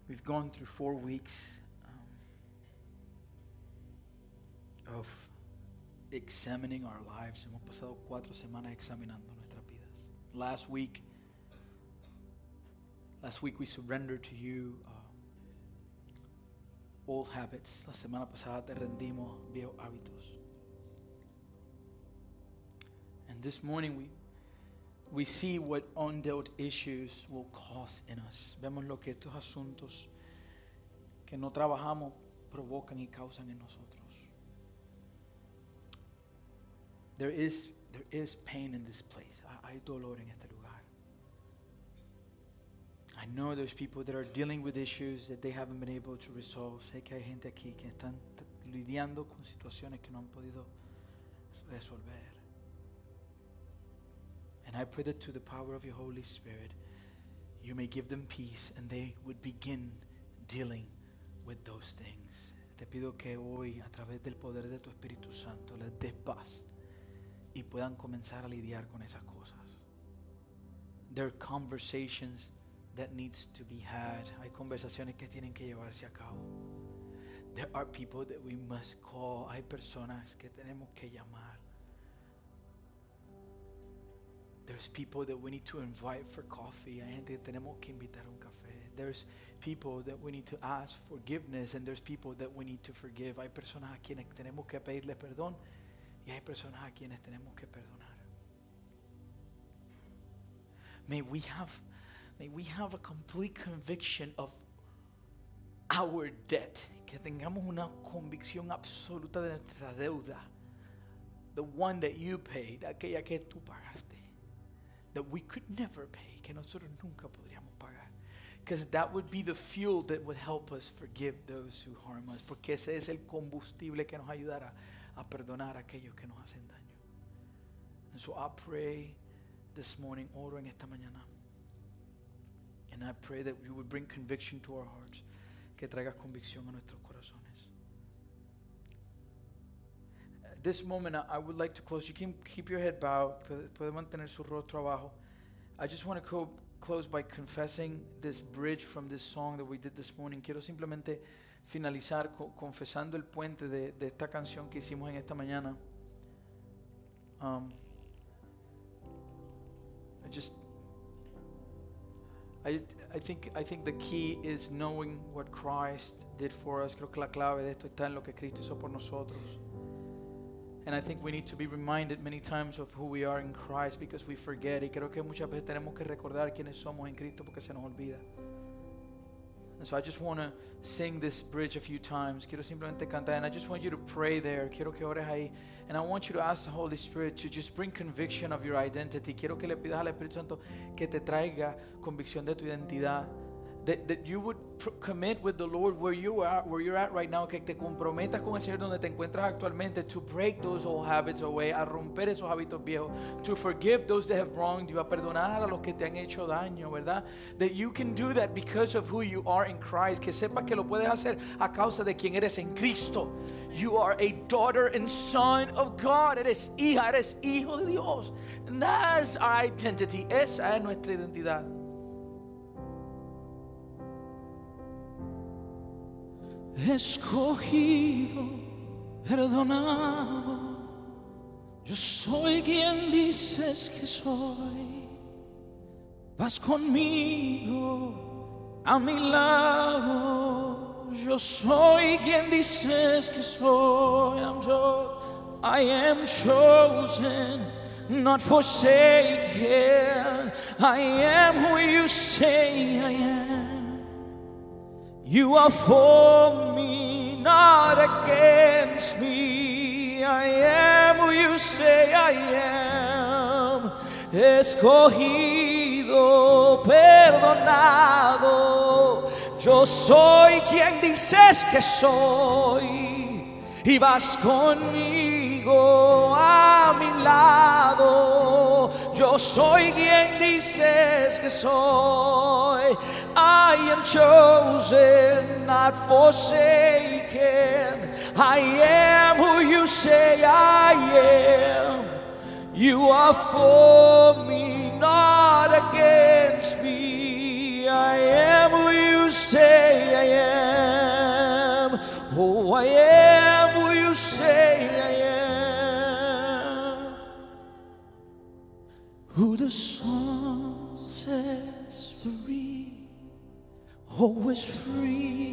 Speaker 1: we've gone through four weeks um, of examining our lives. Hemos pasado cuatro semanas examinando nuestras vidas. Last week, last week we surrendered to you uh, old habits. La semana pasada te rendimos viejos hábitos. And this morning we we see what undealt issues will cause in us. Vemos lo que estos asuntos que no trabajamos provocan y causan en nosotros. There is, there is pain in this place. Ha- Hay dolor en este lugar. I know there's people that are dealing with issues that they haven't been able to resolve. Sé que hay gente aquí que están t- lidiando con situaciones que no han podido resolver. And I pray that to the power of your Holy Spirit, you may give them peace and they would begin dealing with those things. Te pido que hoy, a través del poder de tu Espíritu Santo, les des paz y puedan comenzar a lidiar con esas cosas. There are conversations that needs to be had. Hay conversaciones que tienen que llevarse a cabo. There are people that we must call. Hay personas que tenemos que llamar. There's people that we need to invite for coffee. Hay gente que tenemos que invitar a un café. There's people that we need to ask forgiveness and there's people that we need to forgive. Hay personas a quienes tenemos que pedirle perdón y hay personas a quienes tenemos que perdonar. May we have may we have a complete conviction of our debt. Que tengamos una convicción absoluta de nuestra deuda. The one that you paid, aquella que tú pagaste that we could never pay, que nosotros nunca podríamos pagar. Because that would be the fuel that would help us forgive those who harm us. Porque ese es el combustible que nos ayudará a perdonar a aquellos que nos hacen daño. And so I pray this morning, oro en esta mañana. And I pray that you would bring conviction to our hearts. Que traigas convicción a nuestros corazones. At this moment, I I would like to close. You can keep your head bowed. Puede puede mantener su rostro abajo. I just want to co- close by confessing this bridge from this song that we did this morning. Quiero simplemente finalizar co- confesando el puente de, de esta canción que hicimos en esta mañana. Um, I just, I, I think, I think the key is knowing what Christ did for us. Creo que la clave de esto está en lo que Cristo hizo por nosotros. And I think we need to be reminded many times of who we are in Christ because we forget. Y creo que muchas veces tenemos que recordar quiénes somos en Cristo porque se nos olvida. And so I just want to sing this bridge a few times. Quiero simplemente cantar. And I just want you to pray there. Quiero que ores ahí. And I want you to ask the Holy Spirit to just bring conviction of your identity. Quiero que le pidas al Espíritu Santo que te traiga convicción de tu identidad. That, that you would pr- commit with the Lord where you are, where you're at right now, que te comprometas con el Señor donde te encuentras actualmente, to break those old habits away, a romper esos hábitos viejos, to forgive those that have wronged you, a perdonar a los que te han hecho daño, ¿verdad? That you can do that because of who you are in Christ, que sepas que lo puedes hacer a causa de quien eres en Cristo. You are a daughter and son of God. Eres hija, eres hijo de Dios. And that's our identity. Esa es nuestra identidad.
Speaker 3: escogido, perdonado. Yo soy quien dices que soy. Vas conmigo, a mi lado.
Speaker 1: Yo soy quien dices que soy. I'm cho- I am chosen, not forsaken. I am who you say I am. You are for me, not against me. I am who you say I am. Escogido, perdonado. Yo soy quien dices que soy. Y vas conmigo a mi lado. Yo soy quien dices que soy. I am chosen, not forsaken. I am who you say I am. You are for me, not against me. I am who you say I am. Oh, I am who you say I am. Who the sun sets free, always free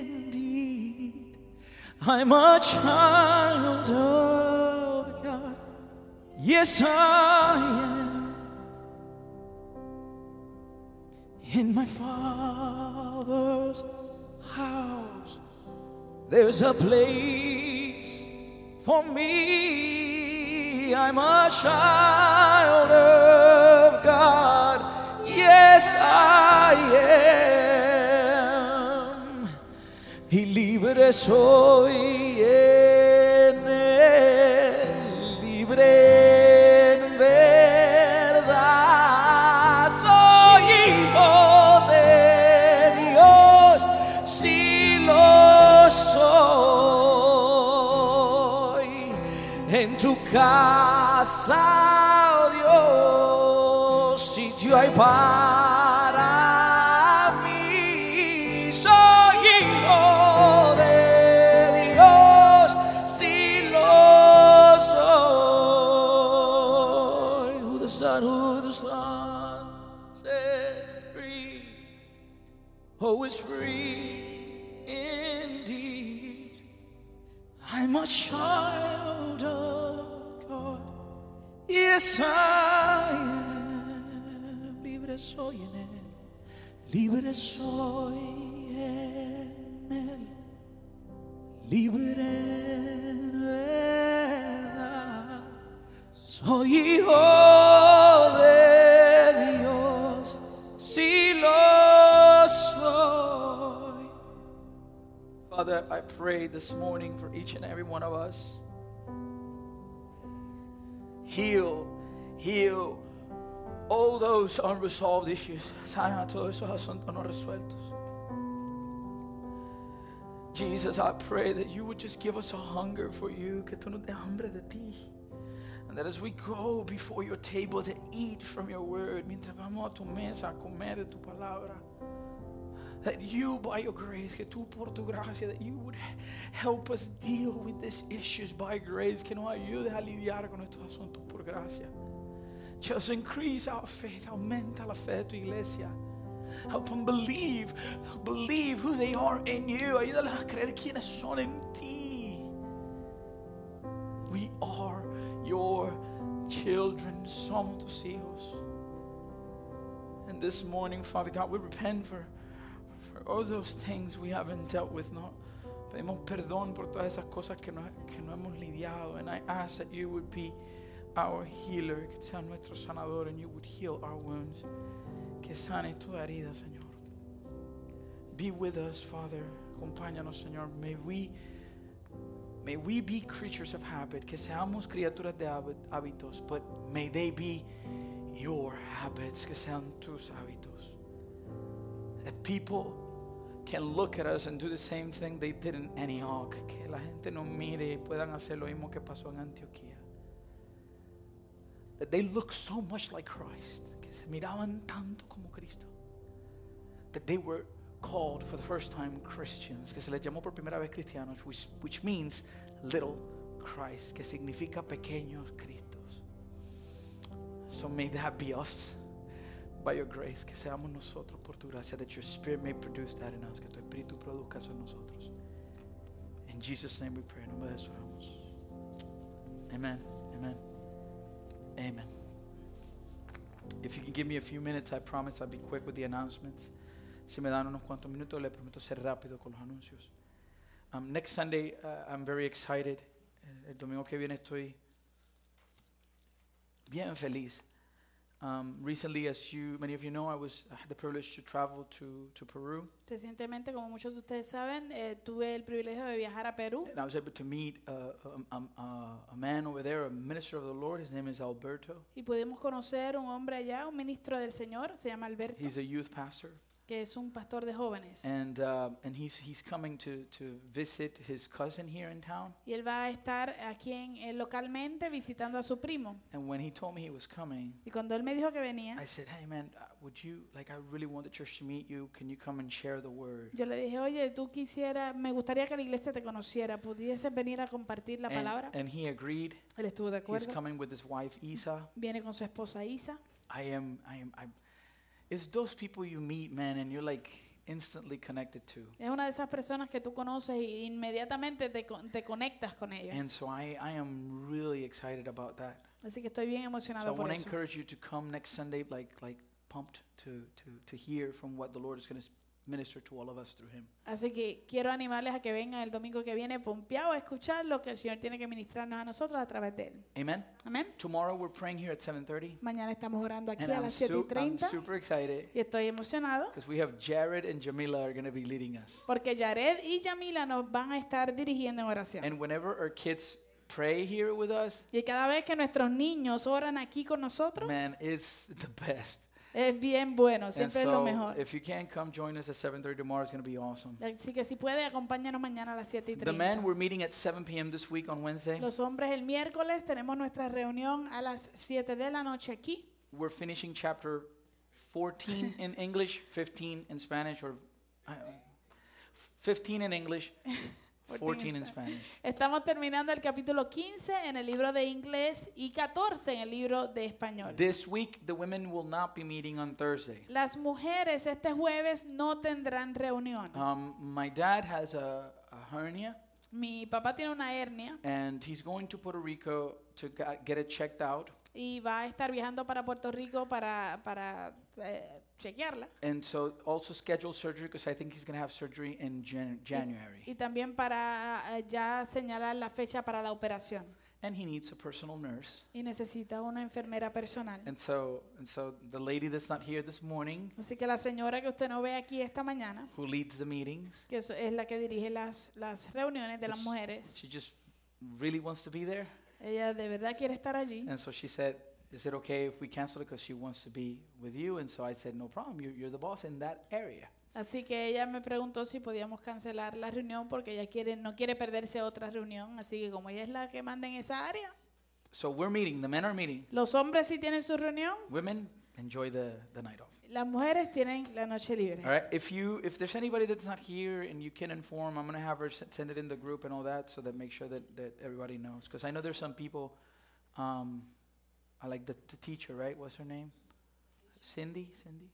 Speaker 1: indeed. I'm a child of God. Yes, I am. In my father's house, there's a place for me. I'm a child of God. Yes, I am y libre soy en él, libre en verdad. Soy hijo de Dios, si lo soy. En tu casa, oh Dios, sitio hay para mí. Soy hijo de Dios, si lo soy. Who the sun, who the sun set free, who is free indeed. I'm a child of God. Yes, I am. Libre soy en él. Libre soy en él. Libre en verdad. Soy hijo de Dios. Si lo soy.
Speaker 4: Father, I pray this morning for each and every one of us. Heal, heal all those unresolved issues. Sana todos esos asuntos no resueltos. Jesus, I pray that you would just give us a hunger for you, que tú nos dé hambre de ti. And that as we go before your table to eat from your word, mientras vamos a tu mesa a comer de tu palabra, that you by your grace, que tú por tu gracia, that you would help us deal with these issues by grace, que nos ayudes a lidiar con estos asuntos por gracia. Just increase our faith, aumenta la fe de tu iglesia. Help them believe, believe who they are in you. Ayúdalos a creer quiénes son en ti. We are your children, somos tus hijos. And this morning, Father God, we repent for, for all those things we haven't dealt with. No, pedimos perdón por todas esas cosas que no, que no hemos lidiado. And I ask that you would be our healer, que sea nuestro sanador, and you would heal our wounds. Que sane toda herida, Señor. Be with us, Father. Acompáñanos, Señor. May we, may we be creatures of habit. Que seamos criaturas de hábit- hábitos. But may they be your habits. Que sean tus hábitos. That people can look at us and do the same thing they did in Antioch. Que la gente nos mire y puedan hacer lo mismo que pasó en Antioquía. That they look so much like Christ. Que se miraban tanto como Cristo. That they were called for the first time Christians. Que se les llamó por primera vez cristianos, which, which means little Christ. Que significa pequeños Cristos. So may that be us.
Speaker 1: by your grace, que seamos nosotros por tu gracia, that your spirit may produce that in us, que tu espíritu produzca eso en nosotros. In Jesus' name we pray, en nombre de Jesús oramos. Amen, amen, amen. If you can give me a few minutes, I promise I'll be quick with the announcements. Si me dan unos cuantos minutos, le prometo ser rápido con los anuncios. Um, next Sunday, uh, I'm very excited. El, el domingo que viene estoy bien feliz. Um, recently, as you, many of you know, I was I had the privilege to travel to, to Peru,
Speaker 2: Recientemente, como muchos de ustedes saben, eh, tuve el privilegio de viajar a Perú
Speaker 1: and I was able to meet uh, um, um, uh, a man over there, a minister of the Lord. His name is Alberto.
Speaker 2: y pudimos conocer un hombre allá, un ministro del Señor, se llama Alberto,
Speaker 1: He's a youth pastor,
Speaker 2: que es un pastor de jóvenes.
Speaker 1: and uh, and he's he's coming to to visit his cousin here in town.
Speaker 2: Y él va a estar aquí en, eh, localmente visitando a su primo.
Speaker 1: And when he told me he was coming,
Speaker 2: Y cuando él me dijo que venía,
Speaker 1: I said, "Hey, man, uh, would you like? I really want the church to meet you. Can you come and share the word?"
Speaker 2: yo le dije, oye, tú quisiera, me gustaría que la iglesia te conociera, pudieses venir a compartir la
Speaker 1: And,
Speaker 2: palabra.
Speaker 1: and he agreed.
Speaker 2: Él estuvo de
Speaker 1: He's
Speaker 2: acuerdo.
Speaker 1: coming with his wife Isa.
Speaker 2: Viene con su esposa Isa.
Speaker 1: I am, I am, I'm. It's those people you meet, man, and you're like instantly connected to.
Speaker 2: Es una de esas personas que tú conoces y inmediatamente te, co- te conectas con ellos.
Speaker 1: And so I, I am really excited about that.
Speaker 2: Así que estoy bien
Speaker 1: So I
Speaker 2: emocionado por
Speaker 1: want to
Speaker 2: eso.
Speaker 1: encourage you to come next Sunday, like, like pumped to, to, to hear from what the Lord is going to minister to all of us through Him.
Speaker 2: Así que quiero animarles a que vengan el domingo que viene pompeados a escuchar lo que el Señor tiene que ministrarnos a nosotros a través de Él.
Speaker 1: Amen.
Speaker 2: Amén.
Speaker 1: Tomorrow we're praying here at 7:30,
Speaker 2: Mañana estamos orando aquí
Speaker 1: and
Speaker 2: a
Speaker 1: I'm,
Speaker 2: las
Speaker 1: su- I'm
Speaker 2: 7.30
Speaker 1: super excited
Speaker 2: y estoy emocionado
Speaker 1: because we have Jared and Jamila are going to be leading us.
Speaker 2: porque Jared y Yamila nos van a estar dirigiendo en oración.
Speaker 1: And whenever our kids pray here with us,
Speaker 2: Y cada vez que nuestros niños oran aquí con nosotros,
Speaker 1: man, it's the best.
Speaker 2: es bien bueno,
Speaker 1: And
Speaker 2: siempre es lo
Speaker 1: so,
Speaker 2: mejor.
Speaker 1: if you can come join us at 7:30 tomorrow, it's going to be awesome.
Speaker 2: Así que si puede, acompáñanos mañana a las 7 y
Speaker 1: The men
Speaker 2: 30.
Speaker 1: we're meeting at 7 p.m. this week on Wednesday.
Speaker 2: Los hombres el miércoles tenemos nuestra reunión a las 7 de la noche aquí.
Speaker 1: We're finishing chapter 14 in English, 15 in Spanish, or I- 15 in English, 14 in Spanish.
Speaker 2: Estamos terminando el capítulo 15 en el libro de inglés y 14 en el libro de español.
Speaker 1: This week, the women will not be meeting on Thursday.
Speaker 2: Las mujeres este jueves no tendrán reunión.
Speaker 1: Um, my dad has a, a hernia,
Speaker 2: Mi papá tiene una hernia
Speaker 1: and he's going to Puerto Rico to ga- get it checked out.
Speaker 2: y va a estar viajando para Puerto Rico para, para eh, chequearla.
Speaker 1: And so, also schedule surgery because I think he's going to have surgery in Jan- January.
Speaker 2: Y también para eh, ya señalar la fecha para la operación.
Speaker 1: and he needs a personal nurse.
Speaker 2: Y necesita una enfermera personal.
Speaker 1: And so, and so the lady that's not here this morning,
Speaker 2: Así que la señora que usted no ve aquí esta mañana,
Speaker 1: who leads the meetings,
Speaker 2: que es- es la que dirige las, las reuniones de las
Speaker 1: Pues,
Speaker 2: mujeres,
Speaker 1: she just really wants to be there.
Speaker 2: ella de verdad quiere estar allí.
Speaker 1: And so she said, "Is it okay if we cancel it because she wants to be with you?" And so I said, "No problem. You're, you're the boss in that area."
Speaker 2: Así que ella me preguntó si podíamos cancelar la reunión porque ella quiere, no quiere perderse otra reunión. Así que como ella es la que manda en esa área,
Speaker 1: So we're meeting. The men are meeting.
Speaker 2: los hombres sí tienen su reunión,
Speaker 1: Women enjoy the, the night off.
Speaker 2: las mujeres tienen la noche libre.
Speaker 1: All right. If you if there's anybody that's not here and you can inform, I'm gonna have her s- send it in the group and all that, so that make sure that, that everybody knows. Because I know there's some people. Um, I like the, the teacher, right? What's her name? Cindy. Cindy.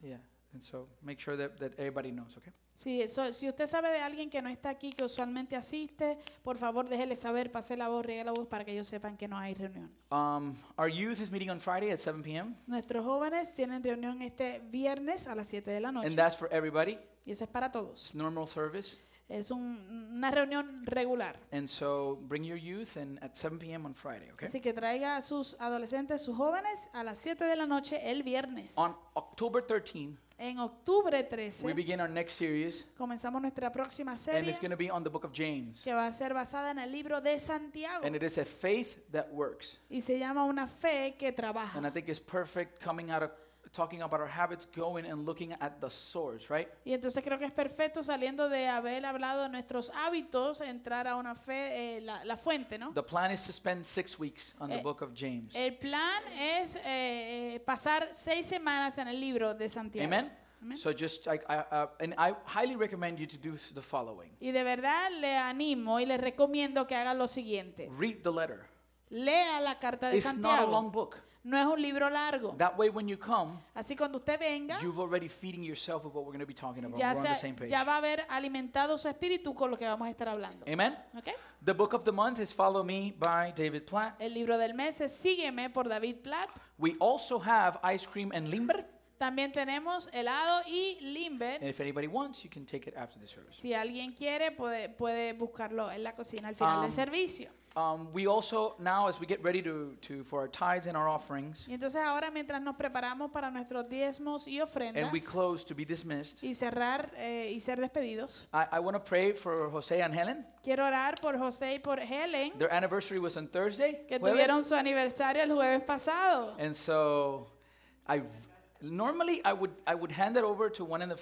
Speaker 1: Yeah. And so make sure that, that everybody knows. Okay.
Speaker 2: Sí, eso- si usted sabe de alguien que no está aquí, que usualmente asiste, por favor déjele saber, pase la voz, riegue la voz para que ellos sepan que no hay reunión.
Speaker 1: Um, our youth is meeting on Friday at 7 p.m.
Speaker 2: Nuestros jóvenes tienen reunión este viernes a las 7 de la
Speaker 1: and
Speaker 2: noche
Speaker 1: that's for everybody.
Speaker 2: y eso es para
Speaker 1: It's
Speaker 2: todos.
Speaker 1: normal service.
Speaker 2: Es un- una reunión regular.
Speaker 1: And so bring your youth and at 7 p.m. on Friday. Okay.
Speaker 2: Así que traiga a sus adolescentes, sus jóvenes, a las 7 de la noche el viernes.
Speaker 1: On October 13,
Speaker 2: en octubre
Speaker 1: we
Speaker 2: 13
Speaker 1: begin our next series.
Speaker 2: comenzamos nuestra próxima
Speaker 1: and
Speaker 2: serie
Speaker 1: it's going to be on the book of James.
Speaker 2: que va a ser basada en el libro de Santiago
Speaker 1: And it is a faith that works.
Speaker 2: y se llama Una fe que
Speaker 1: And I
Speaker 2: trabaja.
Speaker 1: think it's perfect coming out of talking about our habits, going and looking at the source, right?
Speaker 2: Y entonces creo que es perfecto saliendo de haber hablado de nuestros hábitos, entrar a una fe, eh, la, la fuente, ¿no?
Speaker 1: The plan is to spend six weeks on the
Speaker 2: Eh,
Speaker 1: book of James.
Speaker 2: El plan es eh, eh, pasar seis semanas en el libro de Santiago.
Speaker 1: Amen?
Speaker 2: Amen.
Speaker 1: So just like I, uh, and I highly recommend you to do s- the following:
Speaker 2: Y de verdad le animo y le recomiendo que haga lo siguiente.
Speaker 1: read the letter.
Speaker 2: Lea Eh. la carta de
Speaker 1: It's not a
Speaker 2: Santiago.
Speaker 1: long book.
Speaker 2: No es un libro largo.
Speaker 1: That way, when you come,
Speaker 2: Así cuando usted venga,
Speaker 1: you've already feeding yourself with what we're going to be talking about.
Speaker 2: ya,
Speaker 1: we're
Speaker 2: se-
Speaker 1: on the same page.
Speaker 2: ya va a haber alimentado su espíritu con lo que vamos a estar hablando.
Speaker 1: Amen.
Speaker 2: ¿Ok?
Speaker 1: The book of the month is Follow Me by David Platt.
Speaker 2: El libro del mes es Sígueme por David Platt.
Speaker 1: We also have ice cream and limber.
Speaker 2: También tenemos helado y
Speaker 1: And
Speaker 2: limber.
Speaker 1: if anybody wants, you can take it after the service.
Speaker 2: Si alguien quiere, puede, puede buscarlo en la cocina al final del
Speaker 1: Um,
Speaker 2: servicio.
Speaker 1: Um, we also now, as we get ready to, to for our tithes and our offerings,
Speaker 2: Y entonces ahora mientras nos preparamos para nuestros diezmos y ofrendas
Speaker 1: and we close to be dismissed.
Speaker 2: y cerrar eh, y ser despedidos,
Speaker 1: I, I want to pray for Jose and Helen.
Speaker 2: quiero orar por José y por Helen,
Speaker 1: Their anniversary was on Thursday.
Speaker 2: que
Speaker 1: jueves.
Speaker 2: tuvieron su aniversario el jueves pasado.
Speaker 1: And so, I normally I would I would hand it over to one in the